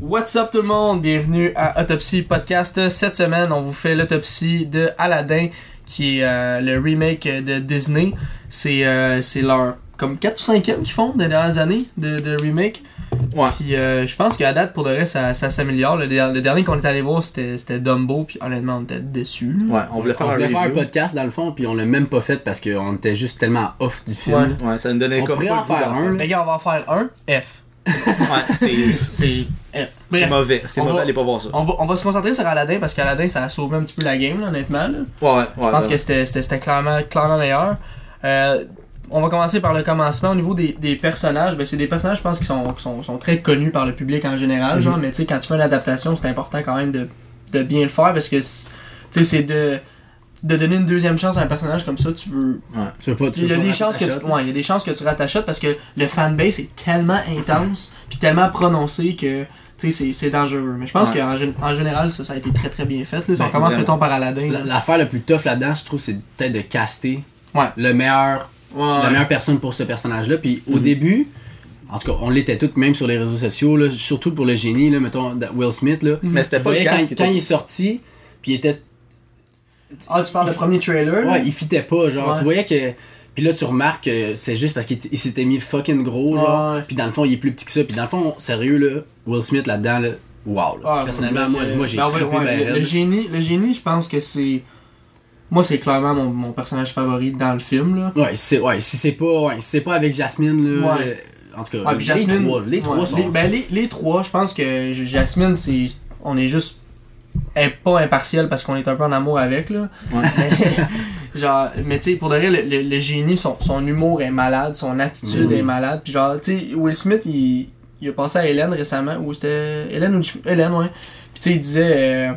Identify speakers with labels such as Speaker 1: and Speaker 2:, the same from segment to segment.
Speaker 1: What's up tout le monde? Bienvenue à Autopsie Podcast. Cette semaine, on vous fait l'autopsie de Aladdin, qui est euh, le remake de Disney. C'est euh, c'est leur comme 4 ou 5e qu'ils font des dernières années de, de remake.
Speaker 2: Ouais.
Speaker 1: Puis euh, je pense qu'à date, pour le reste, ça, ça s'améliore. Le, der- le dernier qu'on est allé voir, c'était c'était Dumbo, puis honnêtement, on était déçus. là.
Speaker 2: Ouais, on voulait faire
Speaker 3: On
Speaker 2: un
Speaker 3: voulait faire un
Speaker 2: review.
Speaker 3: podcast dans le fond, puis on l'a même pas fait parce qu'on était juste tellement off du film.
Speaker 1: Ouais.
Speaker 2: Ouais, ça nous donnait
Speaker 3: On
Speaker 2: comme
Speaker 3: pourrait
Speaker 2: pas
Speaker 3: en
Speaker 2: le goût
Speaker 3: faire
Speaker 2: d'en
Speaker 3: un,
Speaker 1: Les gars, on va en faire un F.
Speaker 2: Ouais, c'est
Speaker 1: C'est F.
Speaker 2: c'est
Speaker 1: Bref.
Speaker 2: mauvais. C'est
Speaker 1: On
Speaker 2: mauvais
Speaker 1: va-
Speaker 2: d'aller pas voir ça.
Speaker 1: On va, on va se concentrer sur Aladdin parce qu'Aladdin ça a sauvé un petit peu la game là, honnêtement. là.
Speaker 2: Ouais, ouais, ouais.
Speaker 1: Je pense
Speaker 2: ouais.
Speaker 1: que c'était- c'était c'était clairement, clairement meilleur. Euh, on va commencer par le commencement. Au niveau des, des personnages, ben, c'est des personnages je pense qui sont, qui sont, sont très connus par le public en général.
Speaker 3: Mhm.
Speaker 1: genre, mais tu sais, quand tu fais une adaptation, c'est important quand même de, de bien le faire parce que c'est tu sais, c'est de, de donner une deuxième chance à un personnage comme ça, tu veux.
Speaker 3: Je sais pas, tu
Speaker 1: Il y a
Speaker 3: veux
Speaker 1: des
Speaker 3: pas
Speaker 1: chances
Speaker 3: rater
Speaker 1: que
Speaker 3: ta
Speaker 1: tu,
Speaker 3: shot.
Speaker 1: ouais, il y a des chances que tu rattachotes parce que le fanbase est tellement intense puis tellement prononcé que tu sais, c'est c'est dangereux. Mais je pense
Speaker 2: Ouais.
Speaker 1: qu'en gé- en général, ça, ça a été très très bien fait. là. Si
Speaker 3: Ben,
Speaker 1: on commence,
Speaker 2: évidemment.
Speaker 1: mettons, par Aladdin.
Speaker 3: La-
Speaker 1: là.
Speaker 3: L'affaire la plus tough là-dedans, je trouve, c'est peut-être de caster
Speaker 1: Ouais.
Speaker 3: le meilleur,
Speaker 1: Ouais.
Speaker 3: la meilleure personne pour ce personnage-là. Puis au début, en tout cas, on l'était toutes, même sur les réseaux sociaux, là, surtout pour le génie, là, mettons da- Will Smith. Là.
Speaker 2: Mais c'était
Speaker 3: Tu
Speaker 2: pas le
Speaker 3: voyais
Speaker 2: casque
Speaker 3: quand,
Speaker 2: qui
Speaker 3: quand
Speaker 2: était-
Speaker 3: il est sorti, puis il était
Speaker 1: Ah, tu parles du premier trailer? là?
Speaker 3: Ouais, il fitait pas, genre.
Speaker 1: Ouais.
Speaker 3: Tu voyais que. Puis là, tu remarques que c'est juste parce qu'il t- il s'était mis fucking gros, genre.
Speaker 1: Ouais.
Speaker 3: Puis dans le fond, il est plus petit que ça. Puis dans le fond, sérieux, là, Will Smith là-dedans, là, wow. là.
Speaker 1: Ah,
Speaker 3: Personnellement,
Speaker 1: le-
Speaker 3: moi,
Speaker 1: le-
Speaker 3: moi j'ai
Speaker 1: ben ouais,
Speaker 3: trippé
Speaker 1: ouais,
Speaker 3: ben
Speaker 1: le,
Speaker 3: raide.
Speaker 1: le génie, le génie, je pense que c'est. Moi, c'est clairement mon, mon personnage favori dans le film, là.
Speaker 3: Ouais, c'est, ouais, si c'est pas, ouais, si c'est pas avec Jasmine, là.
Speaker 1: Ouais.
Speaker 3: euh, En tout cas,
Speaker 1: Ouais,
Speaker 3: les
Speaker 1: Ah, puis Jasmine-
Speaker 3: trois, les
Speaker 1: ouais,
Speaker 3: trois sont.
Speaker 1: Les, ben, les- les trois, je pense que J- Jasmine, c'est. On est juste. im- pas impartiel parce qu'on est un peu en amour avec, là.
Speaker 2: Ouais.
Speaker 1: Mais- genre, mais tu sais, pour de vrai, le, le- le génie, son, son humour est malade, son attitude
Speaker 3: Oui.
Speaker 1: est malade. Puis genre, tu sais, Will Smith, il, il a passé à Hélène récemment, ou c'était. Hélène ou J- Hélène, ouais. Puis tu sais, il disait. euh,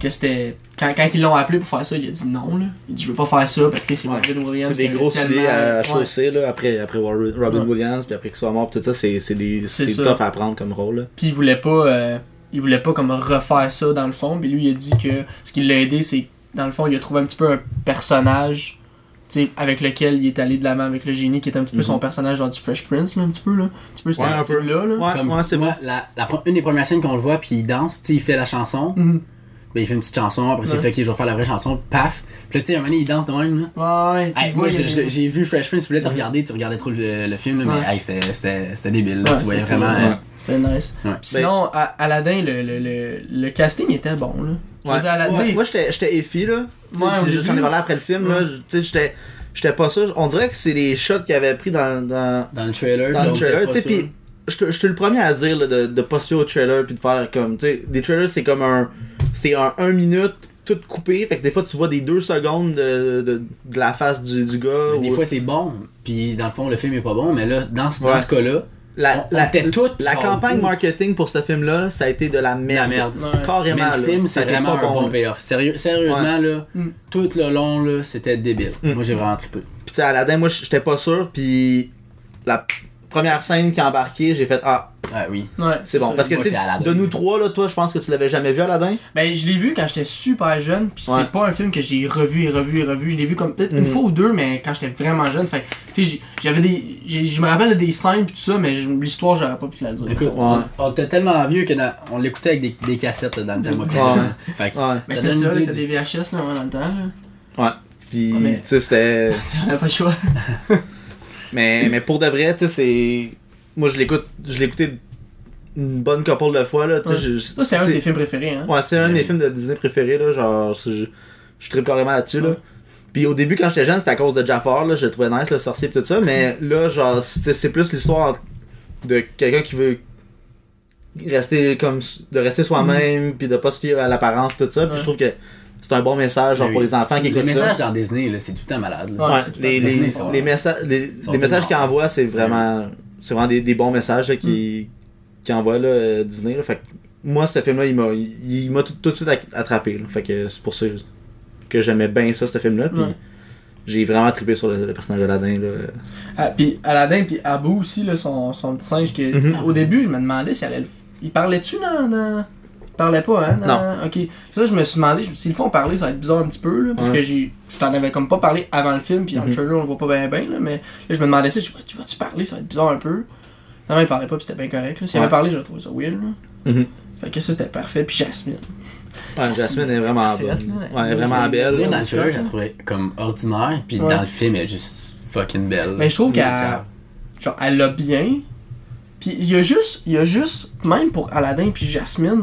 Speaker 1: que c'était. Quand, quand ils l'ont appelé pour faire ça, il a dit non, là. Il dit, je veux pas faire ça parce que tu sais, c'est
Speaker 2: Ouais.
Speaker 1: Robin Williams.
Speaker 2: C'est des
Speaker 1: qui
Speaker 2: gros
Speaker 1: avait
Speaker 2: idées
Speaker 1: tellement-
Speaker 2: à
Speaker 1: Ouais.
Speaker 2: chausser là, après, après Warren- Robin
Speaker 1: Ouais.
Speaker 2: Williams, puis après qu'il soit mort, puis tout ça, c'est c'est des-
Speaker 1: C'est
Speaker 2: c'est
Speaker 1: ça.
Speaker 2: tough à prendre comme rôle. là.
Speaker 1: Puis il voulait pas euh, il voulait pas comme refaire ça dans le fond, puis lui il a dit que ce qui l'a aidé c'est dans le fond il a trouvé un petit peu un personnage tu sais, avec lequel il est allé de l'avant avec le génie qui est un petit peu son
Speaker 2: Mhm.
Speaker 1: personnage genre du Fresh Prince là, un petit peu là. Un petit peu cette
Speaker 2: Ouais, un peu.
Speaker 1: attitude-là, là.
Speaker 2: Ouais,
Speaker 3: Comme,
Speaker 2: ouais, c'est
Speaker 3: moi,
Speaker 2: bon.
Speaker 3: La, la pre- une des premières scènes qu'on le voit, puis il danse, tu sais, il fait la chanson.
Speaker 1: Mhm.
Speaker 3: Ben, il fait une petite chanson, après c'est
Speaker 1: Ouais.
Speaker 3: fait qu'il je vais faire la vraie chanson, paf. Puis là, tu sais, un moment donné, il danse de même, là.
Speaker 1: Ouais, tu
Speaker 3: Hey,
Speaker 1: vois,
Speaker 3: moi,
Speaker 1: il y a
Speaker 3: je- je-
Speaker 1: des-
Speaker 3: j'ai vu Fresh Prince, tu voulais te
Speaker 1: Mhm.
Speaker 3: regarder, tu regardais trop le, le film, là,
Speaker 1: Ouais.
Speaker 3: mais hey, c'était- c'était c'était débile. là,
Speaker 1: Ouais,
Speaker 3: tu voyais
Speaker 1: c'était-
Speaker 3: vraiment.
Speaker 1: ouais.
Speaker 3: euh,
Speaker 1: c'est nice.
Speaker 3: Ouais.
Speaker 1: Puis Sinon à- Aladdin le, le, le, le casting était bon là. Je veux
Speaker 2: Ouais.
Speaker 1: dire, Aladdin-
Speaker 2: Ouais, Moi, j'étais j'étais effi, là. Tu sais,
Speaker 1: Ouais, au
Speaker 2: j- J'en ai
Speaker 1: début.
Speaker 2: parlé après le film, là. Je- Tu sais, j'étais- j'étais pas sûr. On dirait que c'est des shots qu'il avait pris dans- dans,
Speaker 3: Dans le trailer.
Speaker 2: dans
Speaker 3: là,
Speaker 2: le
Speaker 3: on
Speaker 2: trailer, tu
Speaker 3: était pas
Speaker 2: sais,
Speaker 3: sûr.
Speaker 2: puis je te- je suis le premier à dire là, de, de poster au trailer puis de faire comme, tu sais, des trailers c'est comme un, c'était un 1 minute tout coupé, fait que des fois tu vois des 2 secondes de, de, de la face du, du gars
Speaker 3: Mais Des
Speaker 2: ou
Speaker 3: fois, c'est bon, puis dans le fond, le film est pas bon, mais là, dans, ce- dans
Speaker 2: Ouais.
Speaker 3: ce cas-là,
Speaker 2: la,
Speaker 3: on
Speaker 2: la,
Speaker 3: était toutes
Speaker 2: la
Speaker 3: genre,
Speaker 2: campagne
Speaker 3: ouf.
Speaker 2: marketing pour ce film-là, là, ça a été de la merde.
Speaker 3: la merde.
Speaker 1: Ouais.
Speaker 3: Mais
Speaker 2: Carrément,
Speaker 3: le
Speaker 2: là.
Speaker 3: film,
Speaker 2: Ça a
Speaker 3: c'est
Speaker 2: été
Speaker 3: vraiment
Speaker 2: pas
Speaker 3: un bon
Speaker 2: Puis
Speaker 3: payoff. Sérieux, sérieusement, là,
Speaker 1: Mm.
Speaker 3: tout le long, là, c'était débile.
Speaker 2: Mm.
Speaker 3: Moi, j'ai vraiment trippé.
Speaker 2: tu sais, Aladdin, moi j'étais pas sûr, puis la première scène qui a embarqué, j'ai fait ah,
Speaker 3: Ah oui.
Speaker 1: Ouais,
Speaker 2: c'est bon.
Speaker 1: ça.
Speaker 2: Parce que
Speaker 3: Moi,
Speaker 2: tu sais,
Speaker 3: c'est Aladdin.
Speaker 2: de nous trois, là, toi, je pense que tu l'avais jamais vu, Aladdin.
Speaker 1: Ben, je l'ai vu quand j'étais super jeune, puis
Speaker 2: Ouais.
Speaker 1: c'est pas un film que j'ai revu et revu et revu. Je l'ai vu comme peut-être une
Speaker 2: Mhm.
Speaker 1: fois ou deux, mais quand j'étais vraiment jeune, fait que, tu sais, j'ai- j'avais des. j'ai- Je me rappelle des scènes puis tout ça, mais je- l'histoire, j'aurais pas pu te la dire.
Speaker 3: Écoute, on, on était tellement vieux qu'on l'écoutait avec des, des cassettes là, dans le temps. moi, quand- Fait que-
Speaker 2: Ouais.
Speaker 1: mais
Speaker 3: ça
Speaker 1: c'était
Speaker 3: donne
Speaker 1: ça,
Speaker 3: une
Speaker 1: là,
Speaker 3: idée
Speaker 1: c'était des VHS, là, ouais, dans le temps, là.
Speaker 2: Puis,
Speaker 3: Ah,
Speaker 1: Ouais, mais-
Speaker 2: tu sais, c'était.
Speaker 1: On a pas le choix.
Speaker 2: Mais, mais pour de vrai, tu sais, c'est. Moi, je l'écoute. Je l'ai écouté une bonne couple de fois, là. tu sais,
Speaker 1: Ouais.
Speaker 2: je-
Speaker 1: Ça, c'est un de tes films préférés, hein.
Speaker 2: Ouais, c'est un de
Speaker 3: Mais
Speaker 2: mes
Speaker 3: oui.
Speaker 2: films de Disney préférés, là. Genre, c'est- je, je tripe carrément là-dessus, là.
Speaker 1: Ouais.
Speaker 2: Puis au début, quand j'étais jeune, c'était à cause de Jafar, là. Je le trouvais nice, le sorcier, pis tout ça. Mais là, genre, c'est c'est plus l'histoire de quelqu'un qui veut rester comme de rester soi-même puis de pas se fier à l'apparence tout ça puis
Speaker 1: Mm. Ouais.
Speaker 2: je trouve que c'est un bon message genre,
Speaker 3: Mais
Speaker 2: pour
Speaker 3: Ben oui.
Speaker 2: les enfants qui
Speaker 3: Les
Speaker 2: écoutent ça
Speaker 3: messages dans Disney, là, c'est tout le temps malade. là.
Speaker 1: Ouais.
Speaker 2: Ouais,
Speaker 1: c'est tout
Speaker 2: les,
Speaker 1: à fait
Speaker 2: les-
Speaker 3: Disney,
Speaker 2: les
Speaker 3: ça.
Speaker 2: messages, les,
Speaker 3: Ils sont
Speaker 2: les messages
Speaker 3: énormes.
Speaker 2: qu'ils envoient, c'est vraiment, c'est vraiment des, des bons messages là, qui,
Speaker 3: Mm.
Speaker 2: qui envoient là, euh, Disney. là. Fait que moi, ce film-là, il m'a, il m'a tout, tout de suite ac- attrapé. là. Fait que c'est pour ça que j'aimais bien ça, ce film-là. Puis
Speaker 1: Ouais.
Speaker 2: j'ai vraiment trippé sur le, le personnage d'Aladin. Là.
Speaker 1: Ah, puis Aladdin, puis Abu aussi, là, son, son petit singe, que,
Speaker 2: Mhm.
Speaker 1: au début, je me demandais si elle allait le. Il parlait-tu dans. dans- Il parlait pas, hein? dans- Ok. Ça, je me suis demandé, je me suis dit, s'ils le font parler, ça va être bizarre un petit peu, là, parce
Speaker 2: Ouais.
Speaker 1: que j'ai. Je t'en avais comme pas parlé avant le film, puis dans
Speaker 2: Mhm.
Speaker 1: le trailer, on le voit pas bien, bien, là, mais là, je me demandais ça, je dis, tu vas-tu parler, ça va être bizarre un peu. Non, mais il parlait pas, puis c'était bien correct, là. S'il
Speaker 2: Ouais.
Speaker 1: avait parlé, j'aurais trouvé ça weird, là.
Speaker 2: Mhm.
Speaker 1: Fait que ça, c'était parfait. Puis Jasmine.
Speaker 2: Ouais, Jasmine est vraiment
Speaker 1: Ah, Parfait,
Speaker 2: bonne.
Speaker 1: là.
Speaker 2: Ouais, elle est vraiment
Speaker 1: C'est-
Speaker 2: belle. Ben,
Speaker 3: Moi,
Speaker 1: Ouais,
Speaker 3: dans le
Speaker 1: c'est
Speaker 3: trailer,
Speaker 1: ça.
Speaker 3: je la trouvais comme ordinaire, puis
Speaker 1: Ouais.
Speaker 3: dans le film, elle est juste fucking belle.
Speaker 1: Mais je trouve qu'elle.
Speaker 3: Remarquable.
Speaker 1: Genre, elle l'a bien. Puis il y a juste. Il y a juste. Même pour Aladdin puis Jasmine,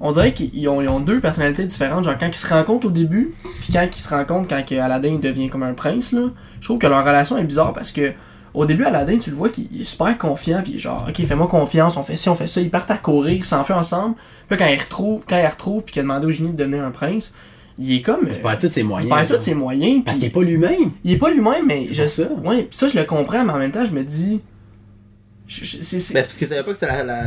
Speaker 1: on dirait qu'ils ont, ils ont deux personnalités différentes. Genre, quand ils se rencontrent au début, puis quand ils se rencontrent quand que Aladdin devient comme un prince, là, je trouve que leur relation est bizarre parce que. Au début, Aladdin, tu le vois qu'il il est super confiant, puis genre, ok, fais-moi confiance, on fait ci, on fait ça, ils partent à courir, ils s'enfuient ensemble. Puis là, quand il retrouve, quand il retrouve, puis qu'il a demandé au génie de devenir un prince, il est comme. euh,
Speaker 3: Il perd tous ses
Speaker 1: il
Speaker 3: moyens.
Speaker 1: perd
Speaker 3: genre.
Speaker 1: tous ses moyens.
Speaker 3: Parce
Speaker 1: puis-
Speaker 3: qu'il est pas lui-même.
Speaker 1: il est pas lui-même, mais
Speaker 3: C'est
Speaker 1: je
Speaker 3: pour ça.
Speaker 1: Ouais, pis ça je le comprends, mais en même temps je me dis, je- je- c'est c'est-
Speaker 2: Ben, c'est parce qu'il savait pas que c'était la, la,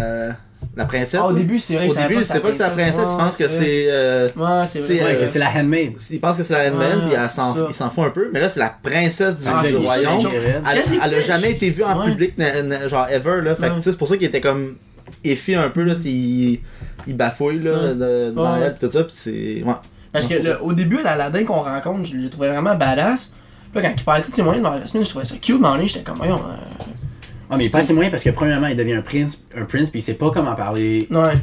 Speaker 2: la princesse.
Speaker 1: Ah, au
Speaker 2: là.
Speaker 1: début c'est vrai,
Speaker 2: Au
Speaker 1: il savait
Speaker 2: début, c'est pas que c'est la princesse, il
Speaker 1: ouais,
Speaker 2: pense que c'est. euh,
Speaker 1: Ouais, c'est vrai.
Speaker 2: Tu sais,
Speaker 1: c'est
Speaker 3: Ouais,
Speaker 2: euh,
Speaker 1: vrai.
Speaker 3: que c'est la handmaid.
Speaker 2: Il pense que c'est la reine,
Speaker 1: Ouais,
Speaker 2: puis elle s'en-
Speaker 1: Ah, ça.
Speaker 2: il s'en fout un peu. Mais là, c'est la princesse du,
Speaker 1: Ah,
Speaker 2: du
Speaker 1: c'est ça,
Speaker 2: royaume.
Speaker 1: c'est
Speaker 2: Elle,
Speaker 1: Je l'ai
Speaker 2: elle a
Speaker 1: fait,
Speaker 2: jamais
Speaker 1: je-
Speaker 2: été vue en
Speaker 1: Ouais.
Speaker 2: public, na- na- genre ever, là. Fait que,
Speaker 1: Ouais.
Speaker 2: tu sais, c'est pour ça qu'il était comme effi un peu, là. tu sais, Il, il bafouille, là,
Speaker 1: Ouais.
Speaker 2: de- dans
Speaker 1: Ouais.
Speaker 2: l'air, pis tout ça, pis c'est. Ouais.
Speaker 1: Parce que
Speaker 2: Ouais, c'est
Speaker 1: le- au début l'Aladin qu'on rencontre, je le trouvais vraiment badass. Puis là, quand il parlait de tous ses moyens dans la semaine, je trouvais ça cute, mais en ligne, j'étais comme, voyons, euh,
Speaker 3: Ah, mais il perd ses moyens parce que, premièrement, il devient un prince, un prince puis il sait pas comment parler
Speaker 1: euh, ouais.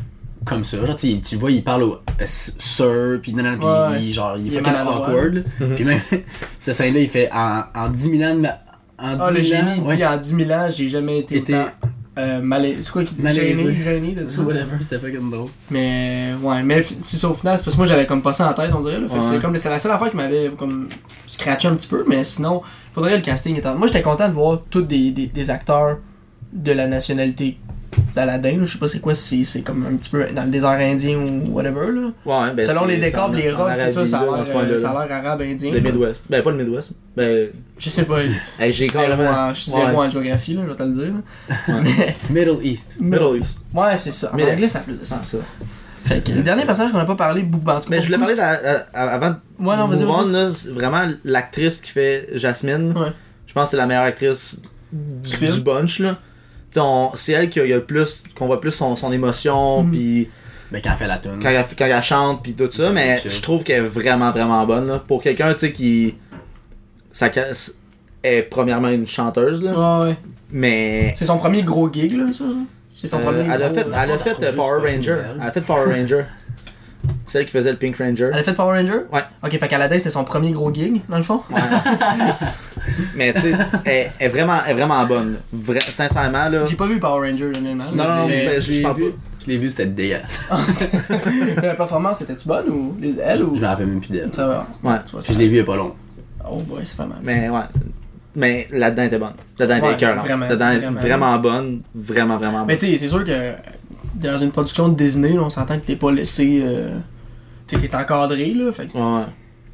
Speaker 3: comme ça. Genre, tu tu le vois, il parle au euh, sir, puis non, non, puis
Speaker 1: Ouais.
Speaker 3: il- genre, il
Speaker 1: Il
Speaker 3: est
Speaker 1: est
Speaker 3: fucking
Speaker 1: maladroit.
Speaker 3: awkward.
Speaker 1: Mm-hmm.
Speaker 3: Puis même, cette scène-là, il fait en, en 10 000 ans. de ma- En 10
Speaker 1: Ah, le
Speaker 3: 000
Speaker 1: génie
Speaker 3: ans. ouais.
Speaker 1: dit en 10 000 ans, j'ai jamais été
Speaker 3: Était-
Speaker 1: autant, euh, malais- C'est quoi qu'il dit
Speaker 3: Malaisé.
Speaker 1: Gêné, gêné de ça.
Speaker 3: Whatever, c'était fucking drôle.
Speaker 1: Mais ouais, mais fi- c'est ça au final, c'est parce que moi j'avais comme pas ça en tête, on dirait. Là. Fait que
Speaker 2: Ouais.
Speaker 1: c'est comme c'est la seule affaire qui m'avait comme scratché un petit peu, mais sinon, faudrait le casting étant. Moi j'étais content de voir tous des, des, des acteurs de la nationalité d'Aladin, là. je sais pas c'est quoi, si c'est comme un petit peu dans le désert indien ou whatever là.
Speaker 2: Ouais, ben,
Speaker 1: Selon
Speaker 2: c'est-
Speaker 1: les
Speaker 2: c'est
Speaker 1: décors,
Speaker 2: en-
Speaker 1: les
Speaker 2: en
Speaker 1: robes, tout ça,
Speaker 2: Arabie,
Speaker 1: ça
Speaker 2: là, dans
Speaker 1: a
Speaker 2: ce
Speaker 1: l'air
Speaker 2: point-là,
Speaker 1: euh,
Speaker 2: là.
Speaker 1: ça a l'air arabe indien.
Speaker 2: Le Midwest. Ben, pas le Midwest. Ben,
Speaker 1: Je sais pas,
Speaker 2: hey,
Speaker 1: je suis
Speaker 2: j'ai
Speaker 1: zéro
Speaker 2: carrément.
Speaker 1: en- je suis zéro
Speaker 2: Ouais.
Speaker 1: en géographie là, je vais te le dire. là.
Speaker 2: Ouais.
Speaker 1: Mais-
Speaker 3: Middle East.
Speaker 2: Middle East.
Speaker 1: Ouais, c'est ça. En
Speaker 2: Middle
Speaker 1: anglais
Speaker 2: East.
Speaker 1: ça a plus de sens.
Speaker 2: Ah, ça.
Speaker 1: Fait que le dernier personnage qu'on a pas parlé, beaucoup en tout cas,
Speaker 2: Mais je voulais
Speaker 1: beaucoup,
Speaker 2: parler d'a- à- à- avant
Speaker 1: c'est- Ouais, non, vas-y,
Speaker 2: Move
Speaker 1: vas-y.
Speaker 2: On, là, c'est vraiment l'actrice qui fait Jasmine.
Speaker 1: Ouais.
Speaker 2: Je pense que c'est la meilleure actrice du,
Speaker 1: film.
Speaker 2: du bunch là. Tu sais, on- C'est elle qui a, il y a le plus qu'on voit plus son, son émotion
Speaker 1: Mhm.
Speaker 2: puis
Speaker 3: Ben, quand elle fait la tune.
Speaker 2: quand, elle- quand elle chante puis tout ça
Speaker 3: Mhm,
Speaker 2: mais
Speaker 3: chill.
Speaker 2: je trouve qu'elle est vraiment vraiment bonne là. pour quelqu'un tu sais qui ça casse- est premièrement une chanteuse là,
Speaker 1: Ouais, ouais.
Speaker 2: mais
Speaker 1: C'est son premier gros gig, là, ça. là. C'est son
Speaker 2: euh,
Speaker 1: premier
Speaker 2: elle a
Speaker 1: gros-
Speaker 2: fait elle a
Speaker 3: la
Speaker 2: fait
Speaker 3: trouve
Speaker 2: euh, Power
Speaker 3: juste fucking
Speaker 2: Ranger
Speaker 3: belle.
Speaker 2: elle a fait Power Ranger celle qui faisait le Pink Ranger
Speaker 1: Elle a fait Power Ranger?
Speaker 2: Ouais.
Speaker 1: Ok, fait qu'Aladin, c'était son premier gros gig, dans le fond.
Speaker 2: mais tu sais elle, elle est vraiment elle est vraiment bonne Vra- sincèrement là
Speaker 1: J'ai pas vu Power Ranger, généralement.
Speaker 2: Non, non, non,
Speaker 1: mais...
Speaker 2: mais je- je
Speaker 3: l'ai
Speaker 2: parle
Speaker 3: vu.
Speaker 2: pas.
Speaker 3: Je l'ai vu, c'était dégueulasse.
Speaker 1: mais la performance, était-tu bonne ou les- elle
Speaker 3: Je
Speaker 1: ou.
Speaker 3: me rappelle même plus d'elle.
Speaker 1: Ah, Ça va.
Speaker 2: ouais
Speaker 1: Tu vois,
Speaker 3: Puis
Speaker 1: ça-
Speaker 3: je l'ai vu il y a pas long.
Speaker 1: Oh boy, ça fait mal.
Speaker 2: Mais ouais. Mais là-dedans, elle était bonne. Là-dedans, elle
Speaker 1: Ouais,
Speaker 2: était cœur.
Speaker 1: vraiment,
Speaker 2: Là-dedans, elle était
Speaker 1: vraiment.
Speaker 2: vraiment bonne. Vraiment, vraiment
Speaker 1: Mais
Speaker 2: bonne.
Speaker 1: tu sais, c'est sûr que dans une production de Disney, là, on s'entend que t'es pas laissé. euh, Tu sais, t'es encadré, là. Fait que
Speaker 2: Ouais, ouais.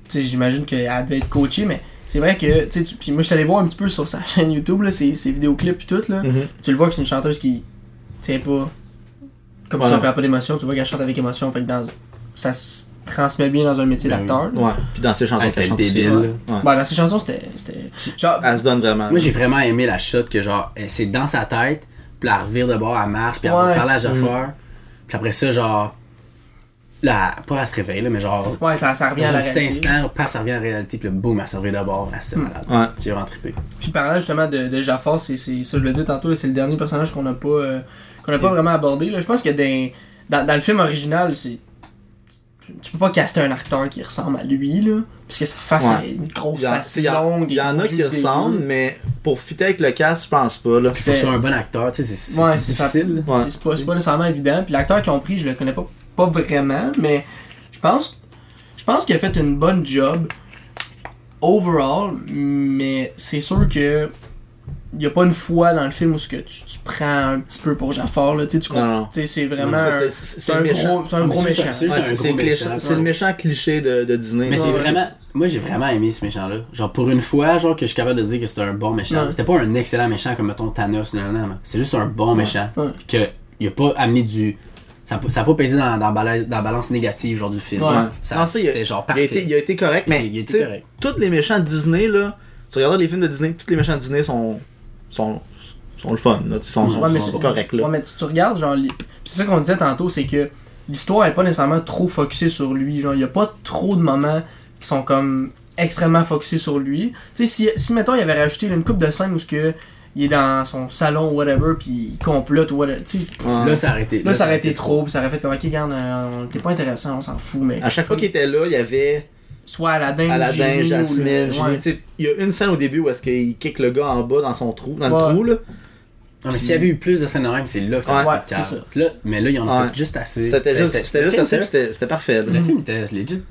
Speaker 1: tu sais, j'imagine qu'elle devait être coachée, mais c'est vrai que, tu sais, tu- puis moi, je suis allé voir un petit peu sur sa chaîne YouTube, là, ses, ses vidéoclips et tout, là.
Speaker 3: Mm-hmm.
Speaker 2: Mhm.
Speaker 1: Tu le vois que c'est une chanteuse qui, tu sais, pas, comme
Speaker 2: Ouais.
Speaker 1: ça, elle perd pas d'émotion, tu vois qu'elle chante avec émotion, fait que dans, ça se transmet bien dans un métier
Speaker 3: Ben
Speaker 1: d'acteur. là.
Speaker 2: Ouais. Puis dans ses chansons,
Speaker 3: Ah,
Speaker 2: qu'elle
Speaker 3: c'était
Speaker 2: chante
Speaker 3: débile.
Speaker 2: aussi, ouais. Ouais.
Speaker 1: Bon, dans ses chansons, c'était, c'était, genre,
Speaker 3: Ah.
Speaker 2: Elle se donne vraiment.
Speaker 3: Moi, j'ai vraiment aimé la shot que, genre, elle- c'est dans sa tête, puis elle revire de bord, elle marche, puis elle
Speaker 1: Ouais. Mm.
Speaker 3: va parler à Jafar. Puis après ça, genre, là, pas elle se réveille, là, mais genre,
Speaker 1: ouais, ça, ça revient
Speaker 3: dans
Speaker 1: à la
Speaker 3: un petit
Speaker 1: réalité. Mm.
Speaker 3: instant, là, paf, ça revient à la réalité, puis là, boum, elle se réveille de bord, elle c'était malade.
Speaker 2: Ouais.
Speaker 3: J'ai vraiment trippé.
Speaker 1: Puis parlant justement de, de Jafar, c'est, c'est- ça je le dis tantôt, c'est le dernier personnage qu'on n'a pas euh, qu'on n'a pas vraiment abordé. Là. Je pense que dans, dans, dans le film original, c'est tu- tu peux pas caster un acteur qui ressemble à lui là, parce que sa face
Speaker 2: Ouais.
Speaker 1: est une
Speaker 2: Il
Speaker 1: grosse
Speaker 2: y, a-
Speaker 1: face
Speaker 2: il y a-
Speaker 1: longue.
Speaker 2: il y en a qui ressemblent, mais pour fitter avec le casque, je pense pas. Là.
Speaker 3: Puis faut que tu sois un bon acteur, tu sais, c'est- c'est
Speaker 1: Ouais,
Speaker 3: c'est
Speaker 1: c'est ça.
Speaker 3: difficile.
Speaker 2: Ouais.
Speaker 1: C'est, c'est pas, c'est pas nécessairement évident. Puis l'acteur qu'ils ont pris, je le connais pas, pas vraiment, mais je pense je pense qu'il a fait une bonne job overall, mais c'est sûr que il y a pas une fois dans le film où ce que tu, tu prends un petit peu pour Jafar là, tu sais, tu
Speaker 2: Non, non.
Speaker 1: comprends- tu sais, c'est vraiment
Speaker 2: Non, c'est-
Speaker 1: un-
Speaker 2: c'est- c'est
Speaker 1: c'est un
Speaker 2: le méchant.
Speaker 1: gros c'est un
Speaker 3: Ah, mais
Speaker 1: gros
Speaker 3: c'est ça,
Speaker 1: méchant.
Speaker 3: c'est ça.
Speaker 2: Ouais,
Speaker 3: un
Speaker 2: c'est
Speaker 3: gros
Speaker 2: c'est le cliché-
Speaker 3: méchant,
Speaker 2: c'est le
Speaker 3: ouais.
Speaker 2: méchant cliché de, de Disney.
Speaker 3: Mais
Speaker 2: là.
Speaker 3: c'est
Speaker 1: Ouais,
Speaker 3: vraiment. Moi, j'ai vraiment aimé ce méchant-là. Genre, pour une fois, genre, que je suis capable de dire que c'était un bon méchant.
Speaker 1: Ouais.
Speaker 3: C'était pas un excellent méchant comme, mettons, Thanos, non, non, non. C'est juste un bon méchant.
Speaker 1: Ouais.
Speaker 3: Puis que, il a pas amené du. Ça n'a ça a pas pesé dans, dans, la bala- dans la balance négative, genre, du film.
Speaker 1: Ouais.
Speaker 3: Ça,
Speaker 2: Non, ça, il, a,
Speaker 3: c'était genre
Speaker 2: il a
Speaker 3: parfait.
Speaker 2: été, il a été correct, mais
Speaker 3: Il a été
Speaker 2: tu sais,
Speaker 3: correct.
Speaker 2: tous les méchants de Disney, là, tu regardes les films de Disney, tous les méchants de Disney sont, sont, sont le fun, là, tu sais, sont, sont,
Speaker 1: Ouais, mais
Speaker 2: sont
Speaker 1: c'est-
Speaker 2: corrects. Là.
Speaker 1: Ouais, mais tu, tu regardes, genre, les- puis c'est ça qu'on disait tantôt, c'est que l'histoire est pas nécessairement trop focusée sur lui. Genre, il y a pas trop de moments qui sont comme extrêmement focusés sur lui. Tu sais, si, si, mettons, il avait rajouté une coupe de scènes où ce que il est dans son salon, whatever, puis il complote, whatever. Tu sais,
Speaker 2: Ouais.
Speaker 3: Là, ça a arrêté.
Speaker 1: là, ça aurait été
Speaker 3: été
Speaker 1: trop, puis ça aurait fait comme, ok, regarde, euh, on- t'es pas intéressant, on s'en fout, mais.
Speaker 2: À chaque fois qu'il était là, il y avait
Speaker 1: Soit Aladdin,
Speaker 2: Aladdin,
Speaker 1: Genie, ou
Speaker 2: Jasmine,
Speaker 1: le-
Speaker 2: Genie.
Speaker 1: ouais.
Speaker 2: Tu sais, Il y a une scène au début où est-ce qu'il kick le gars en bas dans son trou, dans
Speaker 1: Ouais.
Speaker 2: le trou là.
Speaker 3: Non, mais s'il y avait eu plus de scènes de même, c'est là que ça
Speaker 2: Ouais,
Speaker 3: aurait été
Speaker 1: c'est
Speaker 3: calme.
Speaker 1: ça.
Speaker 3: C'est là- mais là, il y en a
Speaker 2: Ouais.
Speaker 3: fait juste assez.
Speaker 2: C'était
Speaker 3: Ben,
Speaker 2: juste, c'était
Speaker 3: le
Speaker 2: juste
Speaker 3: film,
Speaker 2: assez, puis
Speaker 3: c'était-
Speaker 2: c'était c'était parfait. là.
Speaker 3: Le film était legit.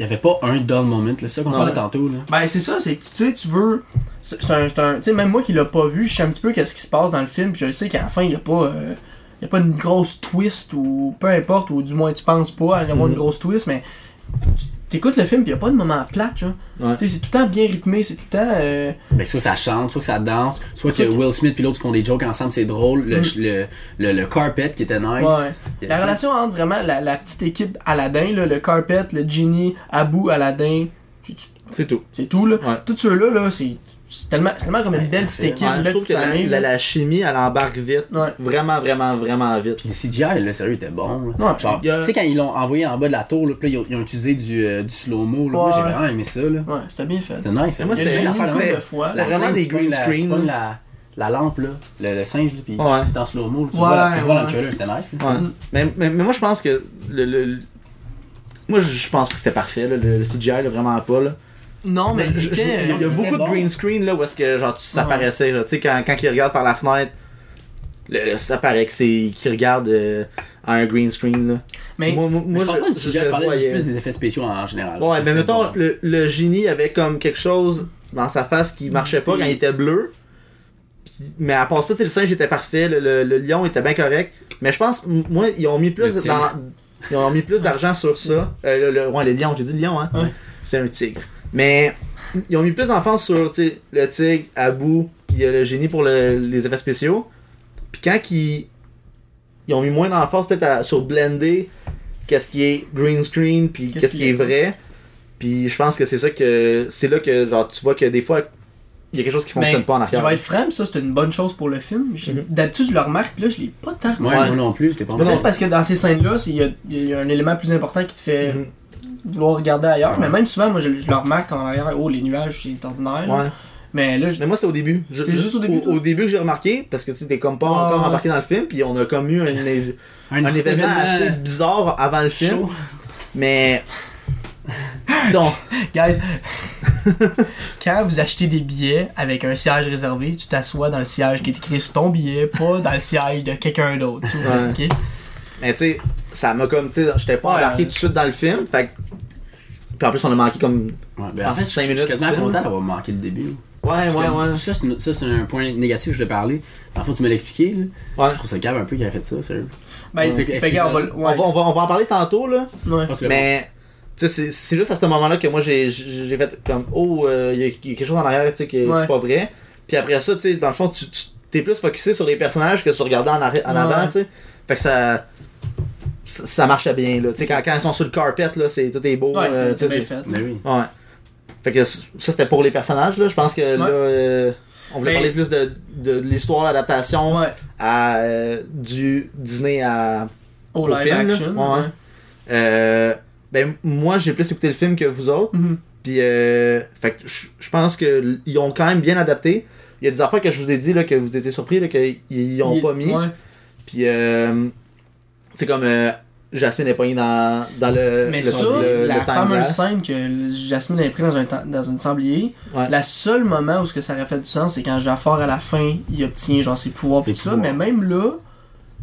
Speaker 3: Il n'y avait pas un dull moment, là, ça qu'on
Speaker 2: Non.
Speaker 3: parlait tantôt. Là.
Speaker 1: Ben, c'est ça, c'est que tu sais, tu veux. C'est c'est un. c'est un- Tu sais, même moi qui l'ai pas vu, je sais un petit peu qu'est-ce qui se passe dans le film, puis je sais qu'à la fin, il y a pas. euh, il y a pas une grosse twist, ou peu importe, ou du moins tu penses pas à avoir une
Speaker 2: Mhm.
Speaker 1: grosse twist, mais. tu- T'écoutes le film, puis il a pas de moment plat, genre.
Speaker 2: Ouais.
Speaker 1: Tu sais, c'est tout le temps bien rythmé, c'est tout le temps. euh,
Speaker 3: Ben, soit ça chante, soit que ça danse, soit que
Speaker 1: Soit-
Speaker 3: Will Smith et l'autre font des jokes ensemble, c'est drôle. Le,
Speaker 1: Mm.
Speaker 3: le, le, le carpet qui était nice.
Speaker 1: ouais.
Speaker 3: Il y a-
Speaker 1: La relation entre vraiment la, la petite équipe Aladdin, là, le Carpet, le Genie, Abu, Aladdin, c'est tout-
Speaker 2: C'est tout.
Speaker 1: c'est tout. Là.
Speaker 2: Ouais.
Speaker 1: Tous ceux-là, là, c'est c'est tellement, c'est tellement comme
Speaker 3: Ouais,
Speaker 1: une belle petite
Speaker 3: parfait.
Speaker 1: équipe,
Speaker 2: Ouais,
Speaker 1: une
Speaker 2: je
Speaker 1: belle
Speaker 2: trouve
Speaker 1: petite
Speaker 2: que la,
Speaker 1: famille.
Speaker 2: la- la chimie, elle embarque vite.
Speaker 1: Ouais.
Speaker 2: Vraiment, vraiment, vraiment vite.
Speaker 3: Puis le CGI, là, sérieux, était bon. là.
Speaker 1: Ouais.
Speaker 3: Genre,
Speaker 2: Il y a-
Speaker 3: tu sais, quand ils l'ont envoyé en bas de la tour, là, puis là, ils, ont, ils ont utilisé du, euh, du slow-mo. là. Moi,
Speaker 1: Ouais.
Speaker 3: j'ai vraiment aimé ça. Là.
Speaker 1: Ouais, c'était bien fait.
Speaker 3: C'était nice. hein.
Speaker 2: Mais moi,
Speaker 1: Il y a
Speaker 2: c'était-
Speaker 1: eu une
Speaker 2: l'affaire,
Speaker 1: dizaine
Speaker 2: c'était-
Speaker 1: de fois.
Speaker 2: c'était- vraiment
Speaker 3: scène
Speaker 2: des
Speaker 3: qui pogne
Speaker 2: green
Speaker 3: hein. la-
Speaker 2: screen,
Speaker 3: qui pogne
Speaker 2: là.
Speaker 3: La, la lampe, là, le, le singe, là, puis
Speaker 2: Ouais.
Speaker 3: dans slow-mo, là, tu
Speaker 1: Ouais,
Speaker 3: vois, là, tu vois dans le
Speaker 1: ouais.
Speaker 3: trailer, c'était nice. là.
Speaker 2: Ouais. Mais, mais, mais moi, je pense que. Le, le- le- Moi, je je pense pas que c'était parfait, là, le, le CGI, là, vraiment pas. Là.
Speaker 1: Non, mais il
Speaker 2: Je- je- il y
Speaker 1: était.
Speaker 2: a- il y
Speaker 1: euh,
Speaker 2: a
Speaker 3: était
Speaker 2: beaucoup
Speaker 3: bon.
Speaker 2: de green screen là, où est-ce que genre, tu- ça
Speaker 1: Ouais.
Speaker 2: paraissait. là. Tu sais, quand, quand il regarde par la fenêtre, le- le- ça paraît que c'est qu'il regarde euh, à un green screen. Là.
Speaker 1: Mais
Speaker 2: moi, moi, moi,
Speaker 3: je parle pas du CGI, je
Speaker 2: le
Speaker 3: parlais
Speaker 2: voyais.
Speaker 3: plus des effets spéciaux en général.
Speaker 2: Ouais, mais
Speaker 3: C'était
Speaker 2: mettons,
Speaker 3: bon.
Speaker 2: le, le génie avait comme quelque chose dans sa face qui marchait pas quand il était bleu. Puis- Mais à part ça, tu sais, le singe était parfait, le, le- le lion était bien correct. Mais je pense, m- moi, ils ont mis plus
Speaker 3: Le tigre.
Speaker 2: dans- ils ont mis plus d'argent sur ça. Euh, le, le, ouais, le lion, j'ai dit le lion, hein.
Speaker 1: Ouais.
Speaker 2: C'est un tigre. Mais ils ont mis plus d'enfance sur tu sais, le tigre, Abu, puis euh, le génie pour le- les effets spéciaux. Puis quand ils, ils ont mis moins d'emphase peut-être à- sur blender qu'est-ce qui est green screen puis
Speaker 1: Qu'est-ce
Speaker 2: qu'est-ce qui
Speaker 1: qu'il
Speaker 2: est
Speaker 1: y a.
Speaker 2: vrai. Puis je pense que c'est ça que c'est là que genre tu vois que des fois il y a quelque chose qui fonctionne
Speaker 1: Mais
Speaker 2: pas en
Speaker 1: Ben, je
Speaker 2: arrière.
Speaker 1: vais être franc, mais ça c'est une bonne chose pour le film. J'ai-
Speaker 2: Mhm.
Speaker 1: D'habitude, je le remarque, puis là, je l'ai pas tant
Speaker 3: Ouais,
Speaker 1: remarqué.
Speaker 3: moi non plus, j'étais pas
Speaker 2: Moi non
Speaker 1: Peut-être parce que dans ces scènes-là, c'est- il y, a- il y a un élément plus important qui te fait
Speaker 2: Mhm.
Speaker 1: vouloir regarder ailleurs.
Speaker 3: Ouais.
Speaker 1: Mais même souvent, moi, je, je le remarque en arrière. Oh, les nuages, c'est ordinaire. là.
Speaker 2: Ouais.
Speaker 1: Mais là, je-
Speaker 2: Mais moi c'est au début. Je-
Speaker 1: C'est
Speaker 2: je-
Speaker 1: juste au début, toi?
Speaker 2: Au, début que j'ai remarqué parce que tu sais, t'es comme pas
Speaker 1: Ouais,
Speaker 2: encore
Speaker 1: ouais.
Speaker 2: embarqué dans le film puis on a comme eu un, un
Speaker 3: Un, petit
Speaker 2: événement assez bizarre avant le film.
Speaker 3: chaud.
Speaker 2: Mais disons
Speaker 1: Guys, quand vous achetez des billets avec un siège réservé, tu t'assois dans le siège qui est écrit sur ton billet, pas dans le siège de quelqu'un d'autre. tu vois,
Speaker 2: Ouais.
Speaker 1: ok?
Speaker 2: Mais tu sais, ça m'a comme, tu sais, j'étais pas
Speaker 1: Ouais.
Speaker 2: embarqué tout de suite dans le film, fait que- Puis en plus, on a manqué comme.
Speaker 3: Ouais, ben, en
Speaker 2: Ah,
Speaker 3: fait,
Speaker 2: cinq
Speaker 3: je- je suis
Speaker 2: minutes
Speaker 3: quasiment
Speaker 2: du film.
Speaker 3: content d'avoir manqué le début.
Speaker 2: Ouais,
Speaker 3: Parce
Speaker 2: ouais,
Speaker 3: que
Speaker 2: ouais.
Speaker 3: Ça, c'est une- ça, c'est un point négatif que je voulais parler. Dans le fond, tu me l'as expliqué. là.
Speaker 2: Ouais.
Speaker 3: Je trouve ça grave un peu qu'il a fait ça, sérieux.
Speaker 1: Ben,
Speaker 3: Explique-
Speaker 1: fait que,
Speaker 3: explique-
Speaker 1: regarde, on va le-
Speaker 2: On, va,
Speaker 1: ouais,
Speaker 2: on, va, on va en parler tantôt, là.
Speaker 1: ouais.
Speaker 3: Ah, tu l'as
Speaker 2: Mais, tu sais, c'est- c'est juste à ce moment-là que moi, j'ai j'ai fait comme, oh, euh, il y, a- il y a quelque chose en arrière, tu sais, que
Speaker 1: Ouais.
Speaker 2: c'est pas vrai. Puis après ça, tu sais, dans le fond, tu tu- t'es plus focusé sur les personnages que sur regarder en, arri- en
Speaker 1: Ouais.
Speaker 2: avant, tu sais. Fait que ça. Ça ça marchait bien, là. Tu sais, quand, quand ils sont sur le carpet, là, c'est tout est beau.
Speaker 1: Ouais,
Speaker 2: euh, tu
Speaker 1: c'est
Speaker 2: sais,
Speaker 1: bien
Speaker 2: c'est-
Speaker 1: fait.
Speaker 3: Ben oui.
Speaker 2: Ouais. Fait que c- ça, c'était pour les personnages, là. Je pense que là, euh, on voulait
Speaker 1: Mais-
Speaker 2: parler plus de, de, de l'histoire, l'adaptation
Speaker 1: Ouais.
Speaker 2: à, euh, du Disney à.
Speaker 1: Au
Speaker 2: Au
Speaker 1: live
Speaker 2: film, là.
Speaker 1: action.
Speaker 2: Ouais. euh, ben, moi, j'ai plus écouté le film que vous autres.
Speaker 1: Mhm.
Speaker 2: Puis, euh, fait que je je pense qu'ils ont quand même bien adapté. Il y a des affaires que je vous ai dit, là, que vous étiez surpris, là, qu'ils ont
Speaker 1: Il-
Speaker 2: pas mis.
Speaker 1: ouais.
Speaker 2: Puis, euh, c'est comme. euh, Jasmine est pognée dans, dans le.
Speaker 1: Mais
Speaker 2: Euh, le-
Speaker 1: ça,
Speaker 2: le- Ben, le
Speaker 1: la
Speaker 2: time
Speaker 1: fameuse
Speaker 2: glass.
Speaker 1: scène que le- Jasmine a pris dans un, ta- dans un sanglier,
Speaker 2: Ouais.
Speaker 1: la seule moment où ce que ça aurait fait du sens, c'est quand Jafar à la fin, il obtient genre ses pouvoirs
Speaker 3: Ses
Speaker 1: pis tout ça,
Speaker 3: pouvoirs.
Speaker 1: mais même là,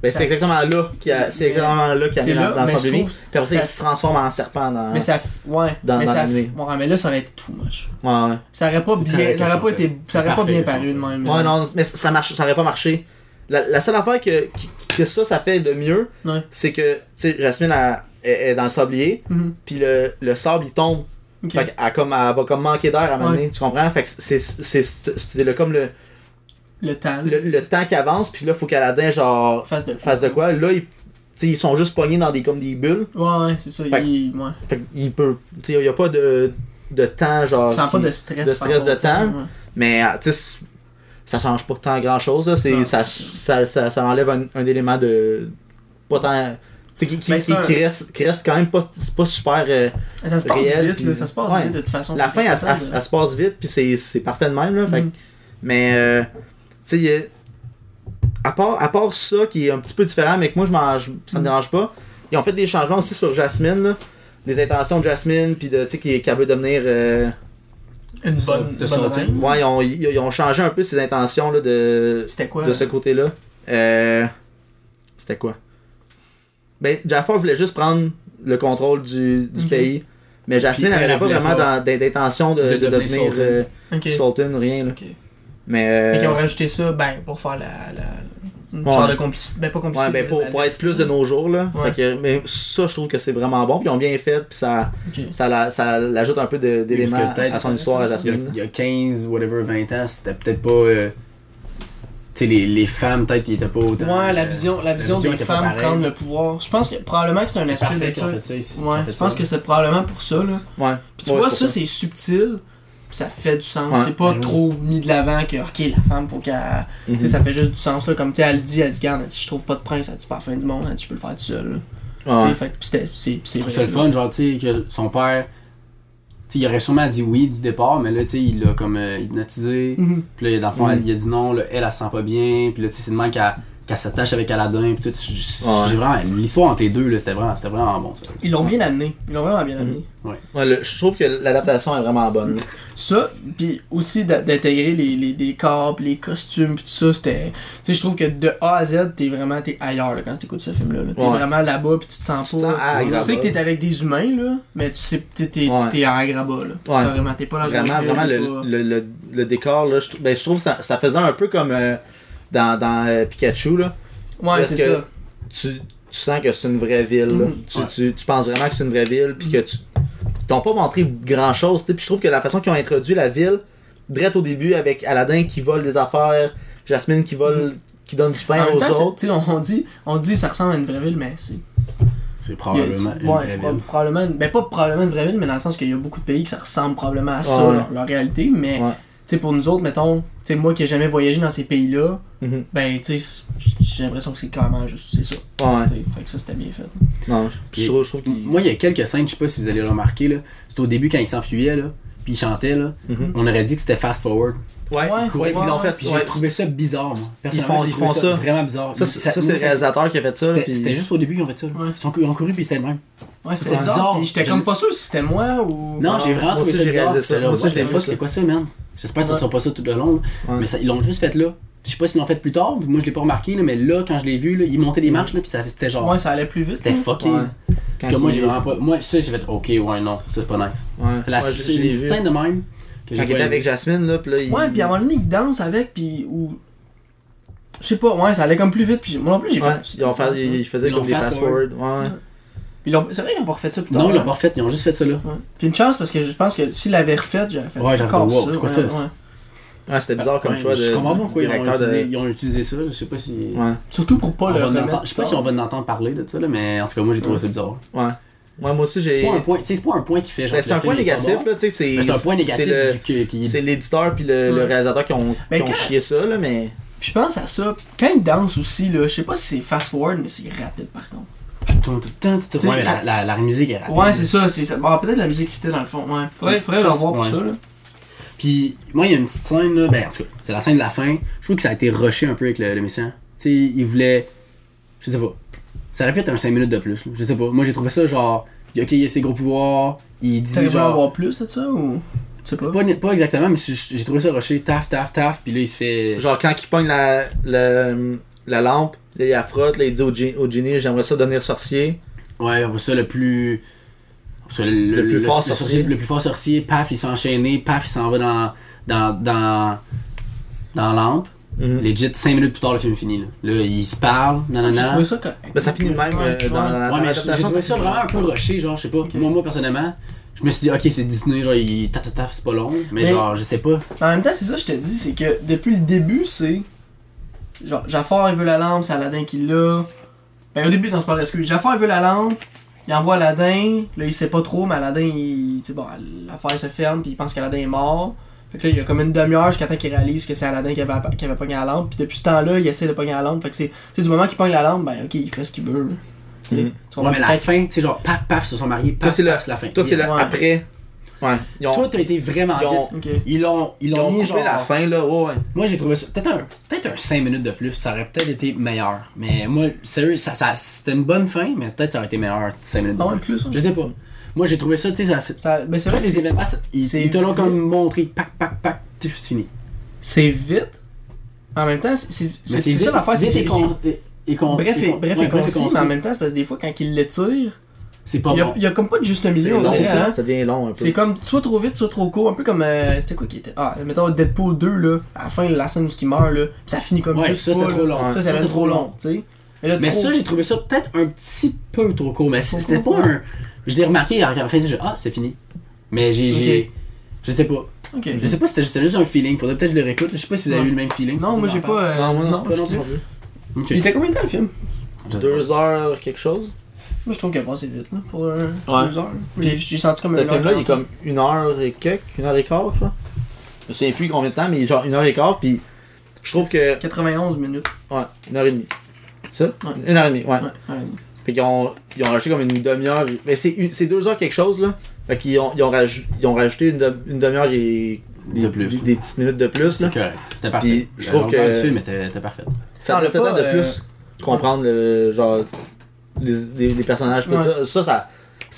Speaker 2: Ben, c'est
Speaker 1: Ça-
Speaker 2: exactement là qu'il y a, c'est
Speaker 1: Mais-
Speaker 2: exactement là qu'il y a
Speaker 1: c'est
Speaker 2: mis
Speaker 1: là,
Speaker 2: dans, dans
Speaker 1: mais
Speaker 2: son
Speaker 1: je
Speaker 2: bébé.
Speaker 1: trouve-
Speaker 2: Puis après ça,
Speaker 1: ça-
Speaker 2: il se transforme en serpent dans.
Speaker 1: mais ça, ouais,
Speaker 2: Dans-
Speaker 1: mais
Speaker 2: dans
Speaker 1: ça,
Speaker 2: l'année.
Speaker 1: ouais, mais là ça aurait été too much.
Speaker 2: Ouais, ouais.
Speaker 1: Ça aurait pas
Speaker 3: C'est
Speaker 1: bien,
Speaker 3: correct,
Speaker 1: ça aurait pas
Speaker 3: qu'est-ce qu'on
Speaker 1: été,
Speaker 3: fait.
Speaker 1: ça aurait
Speaker 3: C'est
Speaker 1: pas bien
Speaker 3: parfait,
Speaker 1: paru de
Speaker 3: qu'est-ce qu'on
Speaker 1: même.
Speaker 2: Ouais, non, mais ça marche, ça aurait pas marché. La, la seule affaire que, que, que ça, ça fait de mieux,
Speaker 1: Ouais.
Speaker 2: c'est que, tu sais, Jasmine, elle, elle- elle est dans le sablier,
Speaker 1: Mhm.
Speaker 2: puis le, le sable, il tombe.
Speaker 1: Ok.
Speaker 2: Fait qu'elle comme, elle va comme manquer d'air à un moment
Speaker 1: Ouais.
Speaker 2: donné, tu comprends? Fait que c'est, c'est, c'est, c'est le, comme le,
Speaker 1: Le tal.
Speaker 2: le, le temps qui avance, puis là, faut qu'Aladin, genre,
Speaker 1: Face de.
Speaker 2: fasse de quoi. Là, ils, tu sais, ils sont juste pognés dans des, comme des bulles.
Speaker 1: Ouais, ouais, c'est ça.
Speaker 2: Fait que-
Speaker 1: il- ouais.
Speaker 2: Fait qu'il peut, tu sais, il y a pas de, de temps, genre.
Speaker 1: Tu sens pas
Speaker 2: qui-
Speaker 1: de stress.
Speaker 2: de stress
Speaker 1: par
Speaker 2: de
Speaker 1: rapport au
Speaker 2: temps. Mais euh, tu sais, c- ça change pas tant grand chose. Là. C'est,
Speaker 1: Non.
Speaker 2: ça, ça, ça, ça enlève un, un élément de. Pas tant. tu sais, Qui, qui,
Speaker 1: Ben, c'est
Speaker 2: qui-
Speaker 1: un-
Speaker 2: qui reste, qui reste quand même pas, c'est pas super. euh,
Speaker 1: Ouais. Ça se passe
Speaker 2: Réel,
Speaker 1: vite,
Speaker 2: puis-
Speaker 1: là, ça se passe
Speaker 2: Ouais.
Speaker 1: vite de Mm-hmm. toute façon.
Speaker 2: la
Speaker 1: faut
Speaker 2: fin, elle,
Speaker 1: être
Speaker 2: elle-
Speaker 1: capable de-
Speaker 2: elle se passe vite, puis c'est, c'est parfait de même. Là, fait que-
Speaker 1: Mhm.
Speaker 2: Mais euh, sais, il y a- à part, à part ça qui est un petit peu différent, mais que moi, je m'en- je-
Speaker 1: Mm-hmm.
Speaker 2: ça me dérange pas, ils ont fait des changements aussi sur Jasmine, là. les intentions de Jasmine, puis de, tu sais, qui- qu'elle veut devenir. euh,
Speaker 1: Une
Speaker 3: Ça,
Speaker 1: bonne, bonne
Speaker 3: de sauter.
Speaker 1: reine.
Speaker 2: Ouais, ils ont, ils- ils ont changé un peu ses intentions là, de,
Speaker 1: C'était quoi
Speaker 2: de ce côté-là. Euh, C'était quoi Ben, Jafar voulait juste prendre le contrôle du, du
Speaker 1: Mhm.
Speaker 2: pays. Mais Jasmine
Speaker 3: Puis elle,
Speaker 2: n'avait
Speaker 3: elle
Speaker 2: pas
Speaker 3: voulait
Speaker 2: vraiment
Speaker 3: pas
Speaker 2: d'in- d'in- d'intention de,
Speaker 3: de
Speaker 2: de
Speaker 3: devenir
Speaker 2: devenir
Speaker 3: Sultan.
Speaker 2: euh,
Speaker 1: Ok.
Speaker 2: Sultan, rien. Là.
Speaker 1: Ok.
Speaker 2: Mais.
Speaker 1: Fait qu'ils ont
Speaker 2: Euh,
Speaker 1: rajouté ça, ben, pour faire la. la... Une
Speaker 2: Ouais.
Speaker 1: genre de complicité. Ben, pas complicité.
Speaker 2: ouais, ben,
Speaker 1: mais
Speaker 2: pour,
Speaker 1: la-
Speaker 2: pour être plus de nos jours, là.
Speaker 1: Ouais.
Speaker 2: Fait que, mais ça, je trouve que c'est vraiment bon. Puis ils ont bien fait, puis ça,
Speaker 1: Ok.
Speaker 2: ça, la- ça l'ajoute un peu de- d'éléments
Speaker 3: peut-être-
Speaker 2: à son histoire à
Speaker 3: Il y, a,
Speaker 2: Jasmine.
Speaker 3: il y
Speaker 1: hein.
Speaker 3: a 15, whatever, 20 ans, c'était peut-être pas. euh, tu sais, les, les femmes, peut-être, ils étaient pas autant.
Speaker 1: Ouais, la
Speaker 3: euh,
Speaker 1: vision, la vision,
Speaker 3: vision
Speaker 1: des
Speaker 3: était pas
Speaker 1: femmes
Speaker 3: pareille.
Speaker 1: prendre le pouvoir. Je pense que probablement que c'est un
Speaker 3: C'est
Speaker 1: aspect
Speaker 3: parfait
Speaker 1: de
Speaker 3: qu'ils ont
Speaker 1: ça.
Speaker 3: fait ça ici. qu'ils ont
Speaker 1: Ouais,
Speaker 3: fait
Speaker 1: je pense
Speaker 3: ça.
Speaker 1: que c'est probablement pour ça, là.
Speaker 2: Ouais.
Speaker 1: Puis tu
Speaker 2: Ouais,
Speaker 1: vois,
Speaker 2: c'est
Speaker 1: ça,
Speaker 2: ça.
Speaker 1: c'est subtil, ça fait du sens.
Speaker 2: Ouais.
Speaker 1: C'est pas
Speaker 3: Ben oui.
Speaker 1: trop mis de l'avant que, ok, la femme, faut qu'elle. Tu sais,
Speaker 2: Mhm.
Speaker 1: ça fait juste du sens, là. Comme, tu sais, elle dit, elle dit, garde, elle dit, je trouve pas de prince, elle dit, parfait du monde, elle dit, je peux le faire tout seul, là.
Speaker 2: Ouais.
Speaker 1: Tu sais, fait que c'était- c'est c'est
Speaker 3: Je trouve
Speaker 1: vrai,
Speaker 3: ça le
Speaker 1: là.
Speaker 3: fun, genre, tu sais, que son père. Tu sais, il aurait sûrement dit oui du départ, mais là, tu sais, il l'a comme euh, hypnotisé.
Speaker 1: Mhm.
Speaker 3: Puis là, dans le fond,
Speaker 2: Mhm.
Speaker 3: elle, il a dit non, là, elle, elle se sent pas bien. Puis là, tu sais, c'est le moment qu'elle qu'elle s'attache avec Aladdin. Puis tout, c'est juste-
Speaker 2: Ouais.
Speaker 3: j'ai vraiment. L'histoire entre les deux, là, c'était vraiment, c'était vraiment bon, ça.
Speaker 1: Ils l'ont bien amené. Ils l'ont vraiment bien amené.
Speaker 2: Ouais, le- je trouve que l'adaptation est vraiment bonne. là.
Speaker 1: Ça, puis aussi d'a- d'intégrer les, les, les corps, pis les costumes, pis tout ça, c'était. Tu sais, je trouve que de A à Z, t'es vraiment t'es ailleurs là, quand t'écoutes ce film-là. là. T'es
Speaker 2: Ouais.
Speaker 1: vraiment là-bas, pis tu te sens
Speaker 2: Tu te
Speaker 1: pas.
Speaker 2: sens à
Speaker 1: tu sais
Speaker 2: Agrabah.
Speaker 1: que t'es avec des humains, là, mais tu sais, t'es, t'es,
Speaker 2: Ouais.
Speaker 1: t'es à Agrabah, là.
Speaker 2: Ouais.
Speaker 1: Vraiment, t'es
Speaker 3: Ah,
Speaker 1: pas dans une
Speaker 2: Vraiment,
Speaker 1: ville,
Speaker 2: vraiment,
Speaker 1: t'es
Speaker 2: le,
Speaker 1: pas-
Speaker 2: le, le, le décor, là, je, trou- ben, je trouve que ça, ça faisait un peu comme euh, dans, dans euh, Pikachu. Là.
Speaker 1: Ouais,
Speaker 2: parce
Speaker 1: c'est
Speaker 2: que-
Speaker 1: ça.
Speaker 2: Tu, tu sens que c'est une vraie ville. là.
Speaker 1: Mhm.
Speaker 2: Tu,
Speaker 3: Mm, Ouais.
Speaker 2: tu, tu penses vraiment que c'est une vraie ville, puis que tu ils t'ont pas montré grand-chose. tu sais. Puis je trouve que la façon qu'ils ont introduit la ville, direct au début, avec Aladdin qui vole des affaires, Jasmine qui vole,
Speaker 3: Mm.
Speaker 2: qui donne du
Speaker 3: Ben,
Speaker 2: pain
Speaker 1: en
Speaker 2: aux
Speaker 1: même temps,
Speaker 2: autres.
Speaker 1: c'est- tu sais, on, on dit, on dit ça ressemble à une vraie ville, mais c'est.
Speaker 3: C'est
Speaker 1: il y a-
Speaker 3: probablement.
Speaker 1: c'est-
Speaker 3: une
Speaker 1: ouais,
Speaker 3: vraie
Speaker 1: c'est
Speaker 3: ville.
Speaker 1: prob- probablement. une- Ben, pas probablement une vraie ville, mais dans le sens qu'il y a beaucoup de pays que ça ressemble probablement à ça,
Speaker 2: Ouais.
Speaker 1: leur, leur réalité, mais.
Speaker 2: Ouais.
Speaker 1: Tu sais, pour nous autres, mettons, tu sais, moi qui ai jamais voyagé dans ces pays-là,
Speaker 2: Mhm.
Speaker 1: Ben, tu sais, j'ai l'impression que c'est clairement juste, c'est ça.
Speaker 2: Ouais.
Speaker 1: tu sais. Fait que ça, c'était bien fait.
Speaker 2: Non, je- puis je trouve, je trouve qu'il-
Speaker 3: Moi, il y a quelques scènes, je sais pas si vous allez le remarquer, là. C'était au début quand il s'enfuyait, là. Puis il chantait, là.
Speaker 2: Mhm.
Speaker 3: On aurait dit que c'était fast forward.
Speaker 2: Ouais,
Speaker 1: Ouais,
Speaker 2: ouais, ils l'ont
Speaker 1: ouais.
Speaker 2: fait.
Speaker 3: Puis j'ai
Speaker 2: ouais.
Speaker 3: trouvé ça bizarre, moi. Personnellement,
Speaker 2: font-
Speaker 3: j'ai
Speaker 2: ils
Speaker 3: trouvé
Speaker 2: font ça.
Speaker 3: vraiment bizarre.
Speaker 2: Ça, c'est ça, c'est le réalisateur qui a fait ça.
Speaker 3: C'était
Speaker 2: puis-
Speaker 3: c'était juste au début qu'ils ont fait ça. là.
Speaker 1: Ouais.
Speaker 3: Ils sont cou- ils ont couru puis c'était le même.
Speaker 1: Ouais,
Speaker 3: C'était bizarre.
Speaker 1: mais J'étais
Speaker 3: J'ai-
Speaker 1: comme pas sûr si c'était moi ou.
Speaker 3: Non, j'ai vraiment
Speaker 2: moi
Speaker 3: trouvé
Speaker 2: aussi,
Speaker 3: ça
Speaker 2: j'ai
Speaker 3: bizarre.
Speaker 2: réalisé ça.
Speaker 3: J'étais là,
Speaker 2: Moi aussi,
Speaker 3: what
Speaker 2: je l'ai
Speaker 3: the
Speaker 2: vu,
Speaker 3: fuck,
Speaker 2: ça.
Speaker 3: C'est quoi ça, man? J'espère que ça
Speaker 1: Ouais.
Speaker 3: sera pas ça tout le long. là.
Speaker 2: Ouais.
Speaker 3: Mais ça, ils l'ont juste fait là. Je sais pas s'ils l'ont fait plus tard, puis moi je l'ai pas remarqué, là, mais là, quand je l'ai vu, là, ils montaient les marches, là, puis ça- c'était genre.
Speaker 1: Ouais, ça allait plus vite.
Speaker 3: C'était
Speaker 1: hein.
Speaker 3: fucké.
Speaker 2: Ouais. Quand
Speaker 3: Puis là, moi,
Speaker 2: il-
Speaker 3: j'ai vraiment pas. Moi, ça, j'ai fait OK, ouais, non, ça, c'est pas nice.
Speaker 2: Ouais.
Speaker 3: C'est la
Speaker 2: Ouais, je-
Speaker 3: c'est
Speaker 2: je
Speaker 3: une
Speaker 2: l'ai
Speaker 3: petite
Speaker 2: vu.
Speaker 3: scène de même que
Speaker 2: Quand il
Speaker 3: j'ai
Speaker 2: était
Speaker 3: pas
Speaker 2: avec
Speaker 3: aimé.
Speaker 2: Jasmine, là, puis là, il...
Speaker 1: Ouais, pis à un moment donné, ils dansent avec, pis. Ou... Je sais pas, ouais, ça allait comme plus vite, pis moi non plus, j'ai
Speaker 2: Ouais,
Speaker 1: fait.
Speaker 2: ils, ont fait- ils faisaient
Speaker 3: Ils
Speaker 2: comme
Speaker 3: l'ont
Speaker 2: des
Speaker 3: fast-forward.
Speaker 2: fast-forward. Ouais.
Speaker 1: Puis ils l'ont- C'est vrai qu'ils ont pas refait ça plus tard.
Speaker 3: Non, ils l'ont
Speaker 1: hein.
Speaker 3: pas fait, ils ont juste fait ça là.
Speaker 1: Ouais. Pis une chance, parce que je pense que s'ils l'avaient refait, j'aurais fait.
Speaker 3: Ouais, j'aurais fait,
Speaker 1: encore
Speaker 3: wow, c'est quoi ça,
Speaker 1: ouais,
Speaker 3: ça?
Speaker 1: ouais.
Speaker 2: Ouais, c'était bizarre comme
Speaker 3: Ouais,
Speaker 2: choix de
Speaker 3: Je comprends pas pourquoi ils ont,
Speaker 2: directeur
Speaker 3: utilisé,
Speaker 2: de.
Speaker 3: ils ont utilisé ça, je sais pas si.
Speaker 2: Ouais,
Speaker 1: Surtout pour pas
Speaker 3: On
Speaker 1: le.
Speaker 3: va en
Speaker 1: remettre
Speaker 3: entendre- je sais pas si on va en entendre parler de ça, là, mais en tout cas, moi j'ai trouvé ça bizarre.
Speaker 2: ouais. Ouais, moi aussi,
Speaker 3: C'est
Speaker 2: j'ai.
Speaker 3: pas un point- C'est pas un point qui fait genre.
Speaker 2: Ben,
Speaker 3: que
Speaker 2: C'est un
Speaker 3: le
Speaker 2: point
Speaker 3: film est pas
Speaker 2: négatif,
Speaker 3: bon.
Speaker 2: là, tu sais. C'est
Speaker 3: Mais C'est un point négatif
Speaker 2: c'est le-
Speaker 3: du que- qui-
Speaker 2: C'est l'éditeur puis le, le
Speaker 1: Ouais.
Speaker 2: réalisateur qui ont,
Speaker 1: Ben,
Speaker 2: qui ont
Speaker 1: quand-
Speaker 2: chié ça, là, mais.
Speaker 1: Pis je pense à ça. Quand ils dansent aussi, là, je sais pas si c'est fast forward, mais c'est rapide par contre.
Speaker 3: Tout- tout- tout- tout-
Speaker 1: T'sais,
Speaker 3: Ouais, mais la, la, la musique est rapide.
Speaker 1: Ouais, c'est ça, c'est ça. Bon, peut-être la musique fitait dans le fond, ouais. Faudrait, faudrait
Speaker 3: Ça,
Speaker 1: le revoir pour
Speaker 3: ouais.
Speaker 1: ça, là.
Speaker 3: Puis, moi, il y a une petite scène, là, ben, en tout cas, c'est la scène de la fin. Je trouve que ça a été rushé un peu avec le, le méchant. Tu sais, il voulait. Je sais pas. Ça aurait pu être un 5 minutes de plus, là. Je sais pas. Moi, j'ai trouvé ça genre. il- Ok, il a ses gros pouvoirs.
Speaker 1: T'aurais
Speaker 3: Il dit
Speaker 1: voulu en
Speaker 3: genre.
Speaker 1: avoir plus de ça ou. Tu sais pas.
Speaker 3: Pas, pas exactement, mais j'ai j'ai trouvé ça rushé. Taf, taf, taf. Puis là, il se fait.
Speaker 2: Genre, quand il pogne la, la, la lampe, là, il la frotte, là, il dit au, Gin- au Ginny, j'aimerais ça devenir sorcier.
Speaker 3: Ouais, après ça, le plus. après ça, le,
Speaker 2: Le plus fort sorcier.
Speaker 3: Le plus fort sorcier, paf, il s'est enchaîné, paf, il s'en va dans. dans. dans. dans l'ampe.
Speaker 2: Mhm.
Speaker 3: Legit, 5 minutes plus tard, le film est fini. Là, Là, il se parle,
Speaker 1: J'ai
Speaker 3: nanana.
Speaker 1: trouvé ça correct.
Speaker 2: Ben, ça finit de même
Speaker 1: Ouais,
Speaker 2: euh,
Speaker 1: ouais.
Speaker 2: dans, dans
Speaker 3: Ouais, mais j'ai j'ai
Speaker 2: l'adaptation,
Speaker 3: trouvé ça
Speaker 2: finit de
Speaker 3: vraiment
Speaker 2: même.
Speaker 3: un peu rushé, genre, je sais pas.
Speaker 1: Ok.
Speaker 3: Moi, moi, personnellement, je me suis dit, ok, c'est Disney, genre, il taf, taf, taf, c'est pas long. Mais,
Speaker 1: Mais-
Speaker 3: genre, je sais pas.
Speaker 1: En même temps, c'est ça que je te dis, c'est que depuis le début, c'est. Genre, Jafar, il veut la lampe, c'est Aladdin qui l'a. Ben, au début, dans ce parle excuse, Jafar, il veut la lampe, il envoie Aladdin, là, il sait pas trop, mais Aladdin, il. Tu sais, bon, l'affaire se ferme, puis il pense qu'Aladdin est mort. Fait que là, il y a comme une demi-heure jusqu'à temps qu'il réalise que c'est Aladdin qui avait, qui avait pogné la lampe, puis depuis ce temps-là, il essaie de pogner la lampe. Fait que c'est. Tu sais, du moment qu'il pogne la lampe, ben, ok, il fait ce qu'il veut. Tu sais,
Speaker 2: Mhm.
Speaker 1: tu
Speaker 3: Mm-hmm. Ouais,
Speaker 1: comprends?
Speaker 3: mais la
Speaker 1: Peut-être-
Speaker 3: fin, tu sais, genre, paf, paf, se sont mariés,
Speaker 2: Toi,
Speaker 3: paf,
Speaker 2: c'est le-
Speaker 3: paf, la fin.
Speaker 2: Toi, c'est le
Speaker 1: Ouais.
Speaker 2: après. Ouais. Ils ont,
Speaker 3: Tout a été vraiment
Speaker 2: ils ont-
Speaker 3: vite.
Speaker 1: Ok.
Speaker 3: Ils l'ont ils
Speaker 2: ils
Speaker 3: l'ont
Speaker 2: ont
Speaker 3: mis
Speaker 2: coupé
Speaker 3: genre.
Speaker 2: la fin, là. Ouais, ouais.
Speaker 3: Moi j'ai trouvé ça. Peut-être un, peut un 5 minutes de plus, ça aurait peut-être été meilleur. Mais moi, sérieux, ça, ça, c'était une bonne fin, mais peut-être ça aurait été meilleur 5 minutes de
Speaker 1: Ah ouais,
Speaker 3: plus.
Speaker 1: plus, hein.
Speaker 3: Je sais pas. Moi j'ai trouvé ça, tu sais, ça fait.
Speaker 1: Ça- mais c'est vrai,
Speaker 3: Les
Speaker 1: les-
Speaker 3: événements, ça- ils
Speaker 1: c'est
Speaker 3: ils te l'ont
Speaker 1: vite.
Speaker 3: comme montré, pac, pac, pac, tu fini.
Speaker 1: c'est vite. En même temps, c'est- c'est
Speaker 3: Mais
Speaker 1: c'est- c'est ça l'affaire. c'est
Speaker 3: vite
Speaker 1: que
Speaker 3: et
Speaker 1: j'ai-
Speaker 3: con- et- et con-
Speaker 1: Bref,
Speaker 3: et
Speaker 1: et,
Speaker 3: con-
Speaker 1: bref,
Speaker 3: ouais,
Speaker 1: et concis, mais en
Speaker 3: concis.
Speaker 1: même temps, c'est parce que des fois, quand il l'étire,
Speaker 3: C'est
Speaker 1: il
Speaker 3: pas
Speaker 1: y a-
Speaker 3: bon.
Speaker 1: il y a comme pas de juste
Speaker 2: C'est
Speaker 1: milieu, on
Speaker 2: long,
Speaker 1: dirait,
Speaker 2: ça.
Speaker 1: hein.
Speaker 2: Ça devient long un peu.
Speaker 1: C'est comme soit trop vite, soit trop court, un peu comme. euh, c'était quoi qui était Ah, mettons Deadpool 2, là, à la fin, la scène où il meurt, là, pis ça finit comme
Speaker 3: Ouais,
Speaker 1: juste
Speaker 3: ça c'était
Speaker 1: pas,
Speaker 3: trop
Speaker 1: là.
Speaker 3: long.
Speaker 1: Ça,
Speaker 3: Ça,
Speaker 1: c'était
Speaker 3: c'était
Speaker 1: trop long, tu sais. Mais là,
Speaker 3: Mais
Speaker 1: trop-
Speaker 3: ça, j'ai trouvé ça peut-être un petit peu trop court. Mais c-
Speaker 1: Trop
Speaker 3: c'était
Speaker 1: court,
Speaker 3: pas un. Je l'ai remarqué, à la fin, j'ai dit, ah, c'est fini. Mais j'ai. j'ai-
Speaker 1: Ok.
Speaker 3: Je sais pas.
Speaker 1: Ok.
Speaker 3: Je sais pas, c'était c'était juste un feeling. Faudrait peut-être que je le réécoute. Je sais pas si vous avez
Speaker 1: Ouais.
Speaker 3: eu le même feeling.
Speaker 1: Non, moi,
Speaker 3: J'en
Speaker 1: j'ai
Speaker 3: parle.
Speaker 1: pas. euh,
Speaker 2: Non, Ah, moi, non.
Speaker 1: je
Speaker 3: non
Speaker 1: sais.
Speaker 2: plus.
Speaker 3: Ok.
Speaker 1: Il était combien de temps le film
Speaker 3: Je sais pas.
Speaker 2: Deux heures, quelque chose.
Speaker 1: Moi, je trouve qu'il a passé vite, là, pour un-
Speaker 2: Ouais.
Speaker 1: deux heures. J'ai j'ai senti comme
Speaker 2: Ce
Speaker 1: une heure
Speaker 2: film-là, il est
Speaker 1: quarante-cinq.
Speaker 2: comme une heure et quelques, une heure et quart, je crois. Je me souviens plus combien de temps, mais genre une heure et quart, puis je trouve que.
Speaker 1: 91 minutes.
Speaker 2: Ouais, une heure et demie. Ça Une heure et demie, ouais.
Speaker 1: Ouais, ouais.
Speaker 2: Fait qu'ils ont, ils ont rajouté comme une demi-heure. Mais c'est une- c'est deux heures quelque chose, là. Fait qu'ils ont, ils ont, raj- ils ont rajouté une, de- une demi-heure et. Des,
Speaker 3: De plus.
Speaker 2: Des, des petites minutes de plus, là.
Speaker 3: C'est correct. C'était parfait.
Speaker 2: je trouve que-
Speaker 3: Le film était était parfait.
Speaker 2: Ça laisse le temps
Speaker 1: Parle
Speaker 2: de
Speaker 1: pas, euh,
Speaker 2: plus comprendre le. Genre. Les, les- les personnages. pis
Speaker 1: Ouais.
Speaker 2: tout Ça, ça, ça,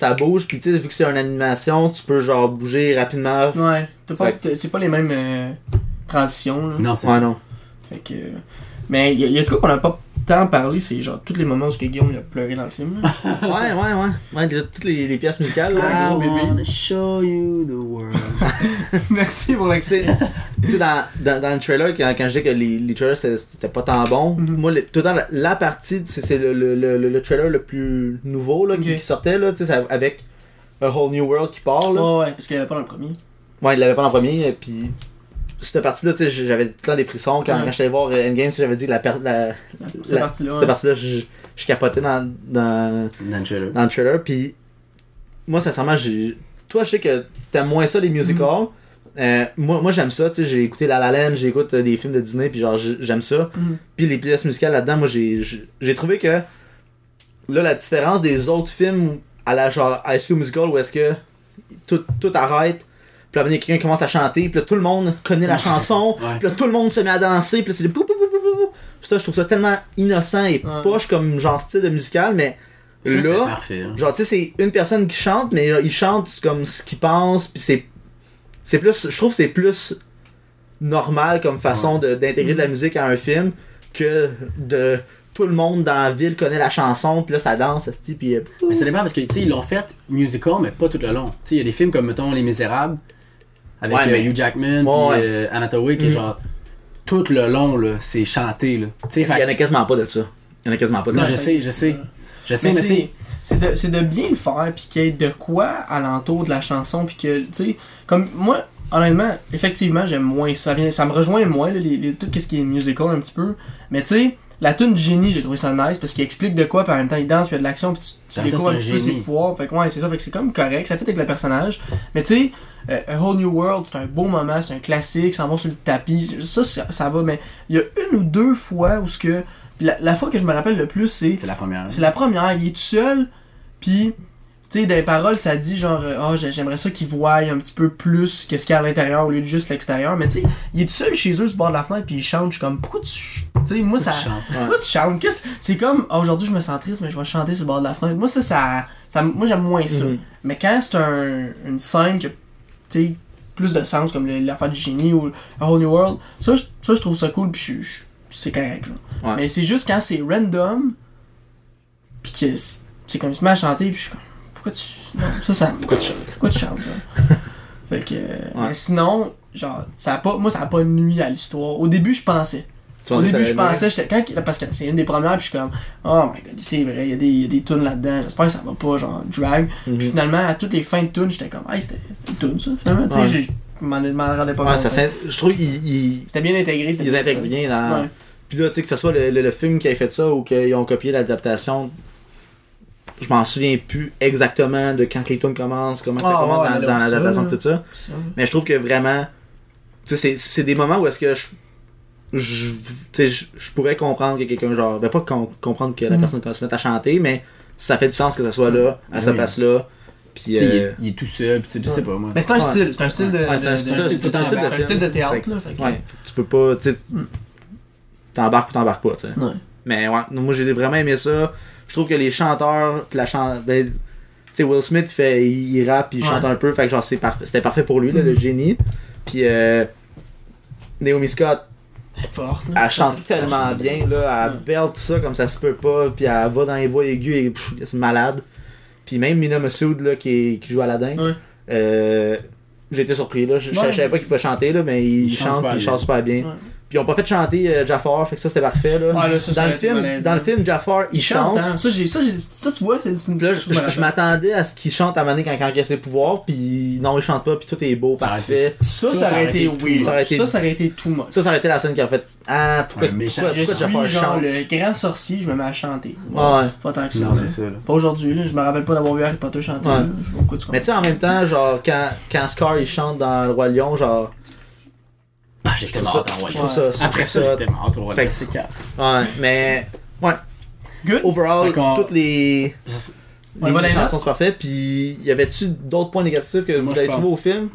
Speaker 2: ça bouge, puis tu sais, vu que c'est une animation, tu peux genre bouger rapidement.
Speaker 1: Ouais, t'as pas-
Speaker 2: Fait
Speaker 1: t'as- c'est pas les mêmes euh, transitions. Là.
Speaker 3: Non, c'est
Speaker 2: Ouais,
Speaker 3: ça.
Speaker 2: non.
Speaker 1: Fait que, mais il y, a- y a de quoi qu'on n'a pas tant parlé, c'est genre tous les moments où ce que Guillaume il a pleuré dans le film. là.
Speaker 2: Ouais, ouais, ouais. ouais les- toutes les, les pièces musicales, là.
Speaker 3: I
Speaker 1: Ah, gros bébé.
Speaker 3: wanna show you the world.
Speaker 1: Merci pour
Speaker 2: Fait que c'est- tu sais, dans, dans, dans le trailer, quand, quand je dis que les, les trailers c'était- c'était pas tant bon,
Speaker 1: Mhm.
Speaker 2: moi, le- tout le temps, la, la partie, c'est c'est le, le, le, le- le trailer le plus nouveau là, qui,
Speaker 1: Ok.
Speaker 2: qui sortait, là, tu sais, ça- avec A Whole New World qui part. Là.
Speaker 1: Ouais, ouais, parce qu'il n'y avait pas dans le premier.
Speaker 2: Ouais, il l'avait pas en premier, et puis. Cette partie-là, tu sais, j'avais tout le temps des frissons. Quand,
Speaker 1: Ouais.
Speaker 2: quand j'étais voir euh, Endgame, tu sais, j'avais dit que la, per- la,
Speaker 1: Cette
Speaker 2: la-
Speaker 1: partie-là.
Speaker 2: cette
Speaker 1: ouais.
Speaker 2: partie-là, je, je capotais dans, dans,
Speaker 3: Dans le trailer.
Speaker 2: dans le trailer. Puis, moi, sincèrement, j'ai. Toi, je sais que t'aimes moins ça, les musicals. Euh, moi, moi j'aime ça, tu sais. J'ai écouté La La Land, j'écoute euh, des films de Disney, puis genre, j'ai- j'aime ça.
Speaker 1: Mhm.
Speaker 2: Puis les pièces musicales là-dedans, moi, j'ai- j'ai j'ai trouvé que. Là, la différence des autres films à la genre High School Musical, où est-ce que tout, tout arrête. Puis là, maintenant, quelqu'un commence à chanter, puis là, tout le monde connaît la
Speaker 3: Ouais.
Speaker 2: chanson,
Speaker 3: Ouais.
Speaker 2: puis là, tout le monde se met à danser, puis là, c'est des pou pou pou pou pou pou. Ça, je trouve ça tellement innocent et
Speaker 1: Ouais.
Speaker 2: poche comme genre style de musical, mais
Speaker 3: Ça, c'était
Speaker 2: là,
Speaker 3: parfait. hein.
Speaker 2: Genre, tu sais, c'est une personne qui chante, mais genre, il chante comme ce qu'il pense, puis c'est. C'est plus. Je trouve que c'est plus normal comme façon de- d'intégrer
Speaker 3: Mm.
Speaker 2: de la musique à un film que de. Tout le monde dans la ville connaît la chanson, puis là, ça danse, esti, puis. euh,
Speaker 3: Mais ça dépend parce que, tu sais, ils l'ont fait musical, mais pas tout le long. Tu sais, il y a des films comme, mettons, Les Misérables, avec
Speaker 2: Ouais,
Speaker 3: euh,
Speaker 2: mais-
Speaker 3: Hugh
Speaker 2: Ouais,
Speaker 3: Jackman,
Speaker 2: Mm.
Speaker 3: puis euh, Anna Hathaway, qui est
Speaker 1: Mhm.
Speaker 3: genre, tout le long, là, c'est chanté, là. Tu sais,
Speaker 2: Il y en
Speaker 3: fait...
Speaker 2: a quasiment pas de ça. Il y en a quasiment pas de
Speaker 3: Non,
Speaker 2: ça.
Speaker 3: je sais, je sais. Je sais,
Speaker 1: Mais
Speaker 3: mais tu
Speaker 1: c'est-
Speaker 3: sais,
Speaker 1: c'est de, c'est de bien le faire, puis qu'il y ait de quoi alentour de la chanson, puis que, tu sais, comme moi, honnêtement, effectivement, j'aime moins ça. Vient- Ça me rejoint moins, là, les, les- tout ce qui est musical un petit peu. Mais tu sais, la tune du génie, j'ai trouvé ça nice, parce qu'il explique de quoi, puis en même temps, il danse, puis il y a de l'action, puis tu- tu,
Speaker 3: En même temps,
Speaker 1: découvres un
Speaker 3: c'est un
Speaker 1: petit peu ses
Speaker 3: génie.
Speaker 1: pouvoirs. Fait que, ouais, c'est ça, fait que c'est comme correct, ça fait avec le personnage. Mais tu sais, euh, A Whole New World, c'est un beau moment, c'est un classique, ça va sur le tapis, ça, ça, ça va, mais il y a une ou deux fois où ce que. puis la- la fois que je me rappelle le plus, c'est
Speaker 3: c'est la première.
Speaker 1: c'est la première, il est tout seul, puis, tu sais, dans les paroles, ça dit genre, euh, Ah, j'ai- j'aimerais ça qu'ils voient un petit peu plus qu'est-ce qu'il y a à l'intérieur au lieu de juste l'extérieur, mais tu sais, il est tout seul chez eux sur le bord de la fenêtre, puis il chante, je suis comme, pourquoi tu. ch- Tu sais, moi, ça.
Speaker 3: Tu chantes.
Speaker 1: Pourquoi tu chantes Qu'est-ce- C'est comme, Ah, aujourd'hui, je me sens triste, mais je vais chanter sur le bord de la fenêtre. Moi, ça, ça. ça- moi, j'aime moins ça.
Speaker 2: Mhm.
Speaker 1: Mais quand c'est un- une scène qui a, tu sais, plus de sens, comme le- l'affaire du génie ou A Whole New World, ça, je, ça, je trouve ça cool, puis je- je- c'est correct. genre.
Speaker 2: Ouais.
Speaker 1: Mais c'est juste quand c'est random, puis que c'est c'est comme il se met à chanter, puis je suis comme, pourquoi tu. Non, ça, ça. pourquoi tu chantes Pourquoi tu chantes, genre? Fait que. euh, Mais sinon, genre, ça a pas, moi, ça a pas nuit à l'histoire. Au début, je pensais.
Speaker 2: Tu
Speaker 1: Au
Speaker 2: pensais que ça
Speaker 1: début, je
Speaker 2: allait
Speaker 1: pensais, j'étais quand qu'il- parce que c'est une des premières, puis je suis comme, oh my god, c'est vrai, il y a des, il y a des tunes là-dedans, j'espère que ça va pas, genre, drag.
Speaker 2: Mhm.
Speaker 1: Puis finalement, à toutes les fins de tunes, j'étais comme, hey, c'était c'était une tune, ça, finalement,
Speaker 2: Ouais.
Speaker 1: tu sais, j'ai- je m'en je m'en rendais pas
Speaker 2: Ouais,
Speaker 1: compte. hein.
Speaker 2: ça s'in- je trouve qu'ils ils-
Speaker 1: C'était bien intégré, c'était
Speaker 2: ils
Speaker 1: bien
Speaker 2: intègrent
Speaker 1: fait.
Speaker 2: bien dans.
Speaker 1: Ouais.
Speaker 2: Puis là, tu sais, que ce soit le, le- le film qui a fait ça ou qu'ils ont copié l'adaptation, je m'en souviens plus exactement de quand les tunes commencent, comment ça
Speaker 1: Ah,
Speaker 2: commence
Speaker 1: ouais,
Speaker 2: dans-
Speaker 1: mais
Speaker 2: dans,
Speaker 1: là, ça,
Speaker 2: l'adaptation de
Speaker 1: là.
Speaker 2: tout ça.
Speaker 1: Ça.
Speaker 2: Mais je trouve que vraiment, tu sais, c'est- c'est des moments où est-ce que je. Je, tu sais, je, je pourrais comprendre que quelqu'un, genre, ben pas com- comprendre que la
Speaker 1: Mhm.
Speaker 2: personne se mette à chanter, mais ça fait du sens que ça soit là, à
Speaker 3: Ben
Speaker 2: sa
Speaker 3: oui.
Speaker 2: place-là, Puis,
Speaker 3: Tu sais, il,
Speaker 2: euh,
Speaker 3: est- il est tout seul, pis tout, je sais pas moi.
Speaker 1: Mais c'est un
Speaker 2: Ouais.
Speaker 1: style, c'est un style de.
Speaker 2: Ouais, c'est un
Speaker 1: de-
Speaker 2: style-
Speaker 1: de-
Speaker 2: c'est
Speaker 1: c'est
Speaker 2: un style de
Speaker 1: un style de
Speaker 2: film.
Speaker 1: théâtre,
Speaker 2: Fait-
Speaker 1: là. fait que-
Speaker 2: ouais, fait que tu peux pas, tu sais,
Speaker 1: Mm.
Speaker 2: t'embarques ou t'embarques pas, tu sais.
Speaker 1: Ouais.
Speaker 2: Mais ouais, moi j'ai vraiment aimé ça. Je trouve que les chanteurs, pis la chan- ben, tu sais, Will Smith, il fait, il rappe, il
Speaker 1: Ouais.
Speaker 2: chante un peu, fait que genre, c'est parfait. C'était parfait pour lui, là, le génie. Puis, euh, Naomi Scott,
Speaker 1: Elle est forte, là.
Speaker 2: elle chante
Speaker 1: Elle
Speaker 2: tellement
Speaker 1: chante
Speaker 2: bien, là, elle
Speaker 1: Ouais.
Speaker 2: belle tout ça comme ça se peut pas, puis elle va dans les voix aiguës et pff, c'est malade. Puis même Mina Massoud là, qui, qui joue Aladdin,
Speaker 1: Ouais.
Speaker 2: euh, j'ai été surpris, là. Je, je- je
Speaker 1: Ouais.
Speaker 2: savais pas qu'il pouvait chanter, là, mais il,
Speaker 3: Il chante
Speaker 2: chante,
Speaker 3: super
Speaker 2: puis il
Speaker 3: bien.
Speaker 2: chante super bien.
Speaker 1: Ouais.
Speaker 2: Puis ils ont pas fait chanter euh, Jafar, fait que ça c'était parfait, là.
Speaker 1: Ah, là, ça, ça
Speaker 2: dans, le
Speaker 1: aurait été
Speaker 2: film,
Speaker 1: malaisant.
Speaker 2: dans le film, Jafar, il,
Speaker 1: Il chante,
Speaker 2: chante.
Speaker 1: hein. Ça, j'ai- ça, j'ai- ça, tu vois, c'est une.
Speaker 2: Puis Là, je, je- je m'attendais à ce qu'il chante à Mané quand il encaisse ses pouvoirs, puis non, il chante pas, puis tout est beau,
Speaker 3: Ça aurait été
Speaker 2: parfait.
Speaker 1: Ça, ça aurait été weird.
Speaker 2: Ça aurait été-
Speaker 1: Ça, ça aurait été too much.
Speaker 2: Ça, ça aurait été la scène qui a fait Ah, pourquoi,
Speaker 3: Ouais, méchant.
Speaker 2: pourquoi,
Speaker 1: Je
Speaker 2: pourquoi
Speaker 1: suis
Speaker 2: Jafar
Speaker 1: genre
Speaker 2: chante
Speaker 1: le grand sorcier, je me mets à chanter.
Speaker 2: Ouais.
Speaker 1: Pas tant que ça.
Speaker 3: Non, c'est
Speaker 1: mais-
Speaker 3: ça. là.
Speaker 1: Pas aujourd'hui, là. Je me rappelle pas d'avoir vu Harry Potter chanter.
Speaker 2: Ouais.
Speaker 1: là. Je sais pas pourquoi tu
Speaker 2: Mais tu sais, en même temps, genre, quand, quand Scar il chante dans Le Roi Lion, genre,
Speaker 3: Ah, j'étais
Speaker 2: ça,
Speaker 3: mort en
Speaker 2: je
Speaker 3: Wallet.
Speaker 2: trouve ça. je trouve
Speaker 3: Après ça, j'étais mort en
Speaker 2: Fait
Speaker 3: Wallet.
Speaker 2: que-
Speaker 3: C'est clair.
Speaker 2: Ouais, mais. Ouais,
Speaker 1: Good.
Speaker 2: overall,
Speaker 3: Fait qu'on-
Speaker 2: toutes les,
Speaker 1: On
Speaker 2: les
Speaker 1: va les notes.
Speaker 2: chansons sont parfaites. Puis, y avait-tu d'autres points négatifs que
Speaker 3: Moi,
Speaker 2: vous
Speaker 3: je
Speaker 2: avez
Speaker 3: pense.
Speaker 2: trouvé au film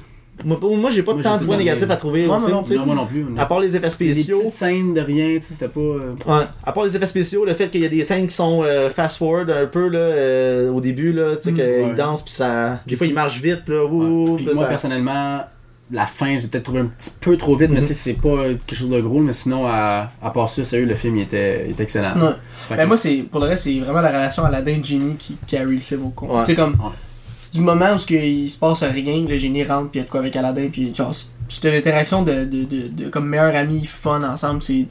Speaker 2: Moi, pour- moi j'ai pas
Speaker 3: Moi,
Speaker 2: tant
Speaker 3: j'ai
Speaker 2: de
Speaker 3: tout
Speaker 2: points
Speaker 3: aimé.
Speaker 2: négatifs à trouver
Speaker 1: Moi,
Speaker 2: au
Speaker 1: moi
Speaker 2: film,
Speaker 1: non
Speaker 2: tu sais.
Speaker 3: Non, moi non plus. non.
Speaker 2: À part les effets
Speaker 3: Des
Speaker 2: spéciaux.
Speaker 3: petites scènes de rien, tu sais, c'était pas. euh,
Speaker 2: Ouais, à part les effets spéciaux, le fait qu'il y a des scènes qui sont euh, fast-forward un peu là, euh, au début, là, tu sais,
Speaker 1: Mm,
Speaker 2: qu'ils
Speaker 3: ouais.
Speaker 2: dansent, puis ça. Des fois, ils marchent vite, puis là, ouh,
Speaker 3: Ouais.
Speaker 2: puis
Speaker 3: Puis
Speaker 2: là,
Speaker 3: moi,
Speaker 2: ça-
Speaker 3: personnellement, la fin, j'ai peut-être trouvé un petit peu trop vite, mais
Speaker 2: Mhm.
Speaker 3: tu sais, c'est pas quelque chose de gros. Mais sinon, à, à part ça, sérieux, le film, il était, il était excellent.
Speaker 1: Ouais.
Speaker 3: Fait
Speaker 1: Ben
Speaker 3: que-
Speaker 1: moi, c'est pour le reste, c'est vraiment la relation Aladdin Genie qui carry le film au con.
Speaker 2: Ouais.
Speaker 1: Tu sais, comme
Speaker 3: Ouais.
Speaker 1: du moment où ce que il se passe rien, le génie rentre puis il y a de quoi avec Aladdin puis genre c'est- c'était l'interaction de, de, de, de- comme meilleur ami fun ensemble, c'est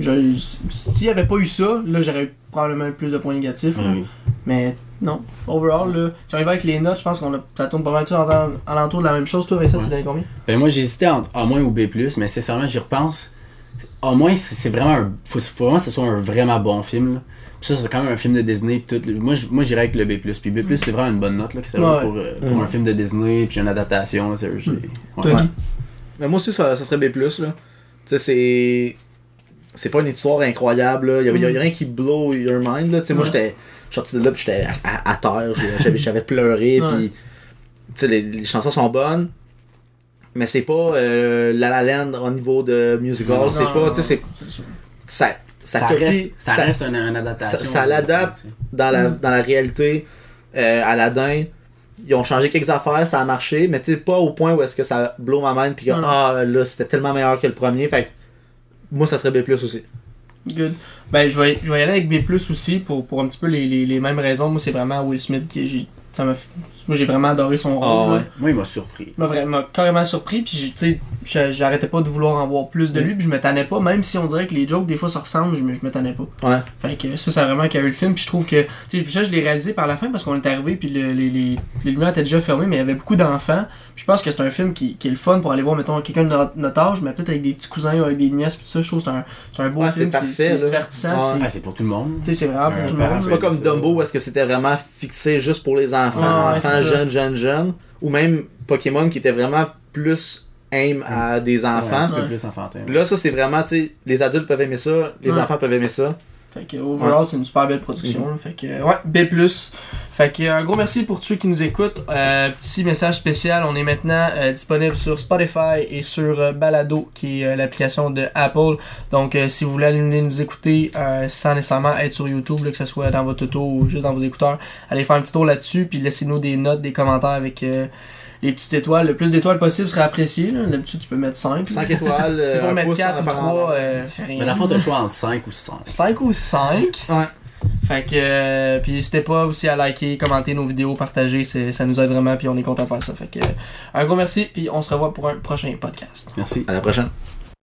Speaker 1: je s'il y avait pas eu ça, là j'aurais probablement eu plus de points négatifs.
Speaker 2: Mm.
Speaker 1: là.
Speaker 3: Ouais.
Speaker 1: Mais non, overall là, si on y va avec les notes, je pense qu'on a ça tourne pas mal tout en- en l'entour de la même chose toi Vincent,
Speaker 3: Ouais.
Speaker 1: tu donnes combien
Speaker 3: Ben moi, j'hésitais entre A- ou B+, mais sincèrement, j'y repense. A- c'est c'est vraiment un... Faut, faut vraiment que ce soit un vraiment bon film, là. Puis ça, c'est quand même un film de Disney, puis tout. Moi, j- moi j'irais avec le B+. Puis B+, c'est vraiment une bonne note, là, qui sert
Speaker 1: Ouais.
Speaker 3: pour, euh, pour un film de Disney, puis une adaptation, là, sérieux, j'ai- ouais.
Speaker 1: Toi, Guy?
Speaker 2: Mais moi aussi, ça, ça serait B, là. Tu sais, c'est. C'est pas une histoire incroyable, là. Y'a
Speaker 1: Mm.
Speaker 2: rien qui blow your mind, là. Tu sais, moi,
Speaker 1: Ouais.
Speaker 2: j'étais. Je suis sorti de là, puis j'étais à, à- à terre. J'avais, j'avais pleuré,
Speaker 1: Ouais.
Speaker 2: puis. Tu sais, les, les chansons sont bonnes. Mais c'est pas euh, La La Land au niveau de musical.
Speaker 3: Non,
Speaker 2: c'est
Speaker 1: non,
Speaker 2: pas.
Speaker 1: non,
Speaker 2: Tu sais, c'est.
Speaker 1: c'est sûr.
Speaker 2: Ça, ça,
Speaker 3: Ça,
Speaker 2: copie-
Speaker 3: reste, ça,
Speaker 2: ça-
Speaker 3: reste une, une adaptation.
Speaker 2: ça- ça
Speaker 3: là,
Speaker 2: l'adapte.
Speaker 3: tu sais.
Speaker 2: dans la,
Speaker 1: Mm.
Speaker 2: dans la réalité, euh, Aladdin, ils ont changé quelques affaires, ça a marché, mais tu sais, pas au point où est-ce que ça blow ma mind, puis que,
Speaker 1: Non, non.
Speaker 2: ah, là, c'était tellement meilleur que le premier, fait que moi, ça serait B+, aussi.
Speaker 1: Good. Ben, je vais, je vais y aller avec B+, aussi, pour, pour un petit peu les, les, les mêmes raisons. Moi, c'est vraiment Will Smith qui... j'ai- ça m'a fait- Moi, j'ai vraiment adoré son rôle. là.
Speaker 2: Ah, ouais.
Speaker 3: Moi, il m'a surpris.
Speaker 1: Il m'a vraiment carrément surpris, puis j'ai- tu sais, j'a- j'arrêtais pas de vouloir en voir plus de
Speaker 2: Mm.
Speaker 1: lui, puis je me tannais pas, même si on dirait que les jokes, des fois, se ressemblent, je me, je me tannais pas.
Speaker 2: Ouais.
Speaker 1: Fait que ça, ça a vraiment carré le film, puis je trouve que... Tu sais, puis ça, je l'ai réalisé par la fin, parce qu'on est arrivé, puis le- les, les, les lumières étaient déjà fermées, mais il y avait beaucoup d'enfants. Puis je pense que c'est un film qui, qui est le fun pour aller voir, mettons, quelqu'un de notre, notre âge, mais peut-être avec des petits cousins ou avec des nièces, puis tout ça, je trouve que c'est un, c'est un beau
Speaker 2: Ouais, c'est
Speaker 1: film, c'est-
Speaker 2: parfait,
Speaker 1: c'est
Speaker 2: là.
Speaker 1: divertissant,
Speaker 2: Ouais.
Speaker 1: puis
Speaker 3: Ah, c'est pour tout le monde.
Speaker 1: tu sais, c'est vraiment pour
Speaker 3: Un
Speaker 1: tout le
Speaker 3: parent
Speaker 1: monde.
Speaker 2: C'est pas comme
Speaker 3: c'est-
Speaker 2: Dumbo, où est-ce que c'était vraiment fixé juste pour les enfants,
Speaker 1: Ah, Ouais, ouais, c'est
Speaker 2: enfants,
Speaker 1: ça.
Speaker 2: jeunes, jeunes, jeunes, ou même Pokémon, qui était vraiment plus aim à des
Speaker 3: Ouais, un
Speaker 2: enfants.
Speaker 3: petit peu
Speaker 1: Ouais.
Speaker 3: plus enfantin.
Speaker 2: Là, ça, c'est vraiment, tu sais, les adultes peuvent aimer ça, les
Speaker 1: Ouais.
Speaker 2: enfants peuvent aimer ça.
Speaker 1: Fait que overall, c'est une super belle production. là. Fait que euh, ouais, B+. Fait que euh, un gros merci pour tous ceux qui nous écoutent. Euh, petit message spécial, on est maintenant euh, disponible sur Spotify et sur euh, Balado qui est euh, l'application de Apple. Donc euh, si vous voulez aller nous écouter euh, sans nécessairement être sur YouTube, là, que ce soit dans votre auto ou juste dans vos écouteurs, allez faire un petit tour là-dessus puis laissez-nous des notes, des commentaires avec euh, les petites étoiles. Le plus d'étoiles possible serait apprécié. là. D'habitude, tu peux mettre 5.
Speaker 2: 5 étoiles,
Speaker 1: Si tu
Speaker 2: euh,
Speaker 1: peux
Speaker 2: un
Speaker 1: mettre
Speaker 2: pouce,
Speaker 1: 4
Speaker 2: un
Speaker 1: ou euh,
Speaker 2: par en
Speaker 1: 3,
Speaker 2: l'air.
Speaker 1: fais rien.
Speaker 3: Mais la fois, t'as le choix entre 5 ou 100.
Speaker 1: 5 ou 5
Speaker 2: Ouais.
Speaker 1: Fait que, euh, puis n'hésitez pas aussi à liker, commenter nos vidéos, partager, c'est- ça nous aide euh, vraiment, puis on est content de faire ça. Fait que, un gros merci, puis on se revoit pour un prochain podcast.
Speaker 3: Merci.
Speaker 2: À la prochaine.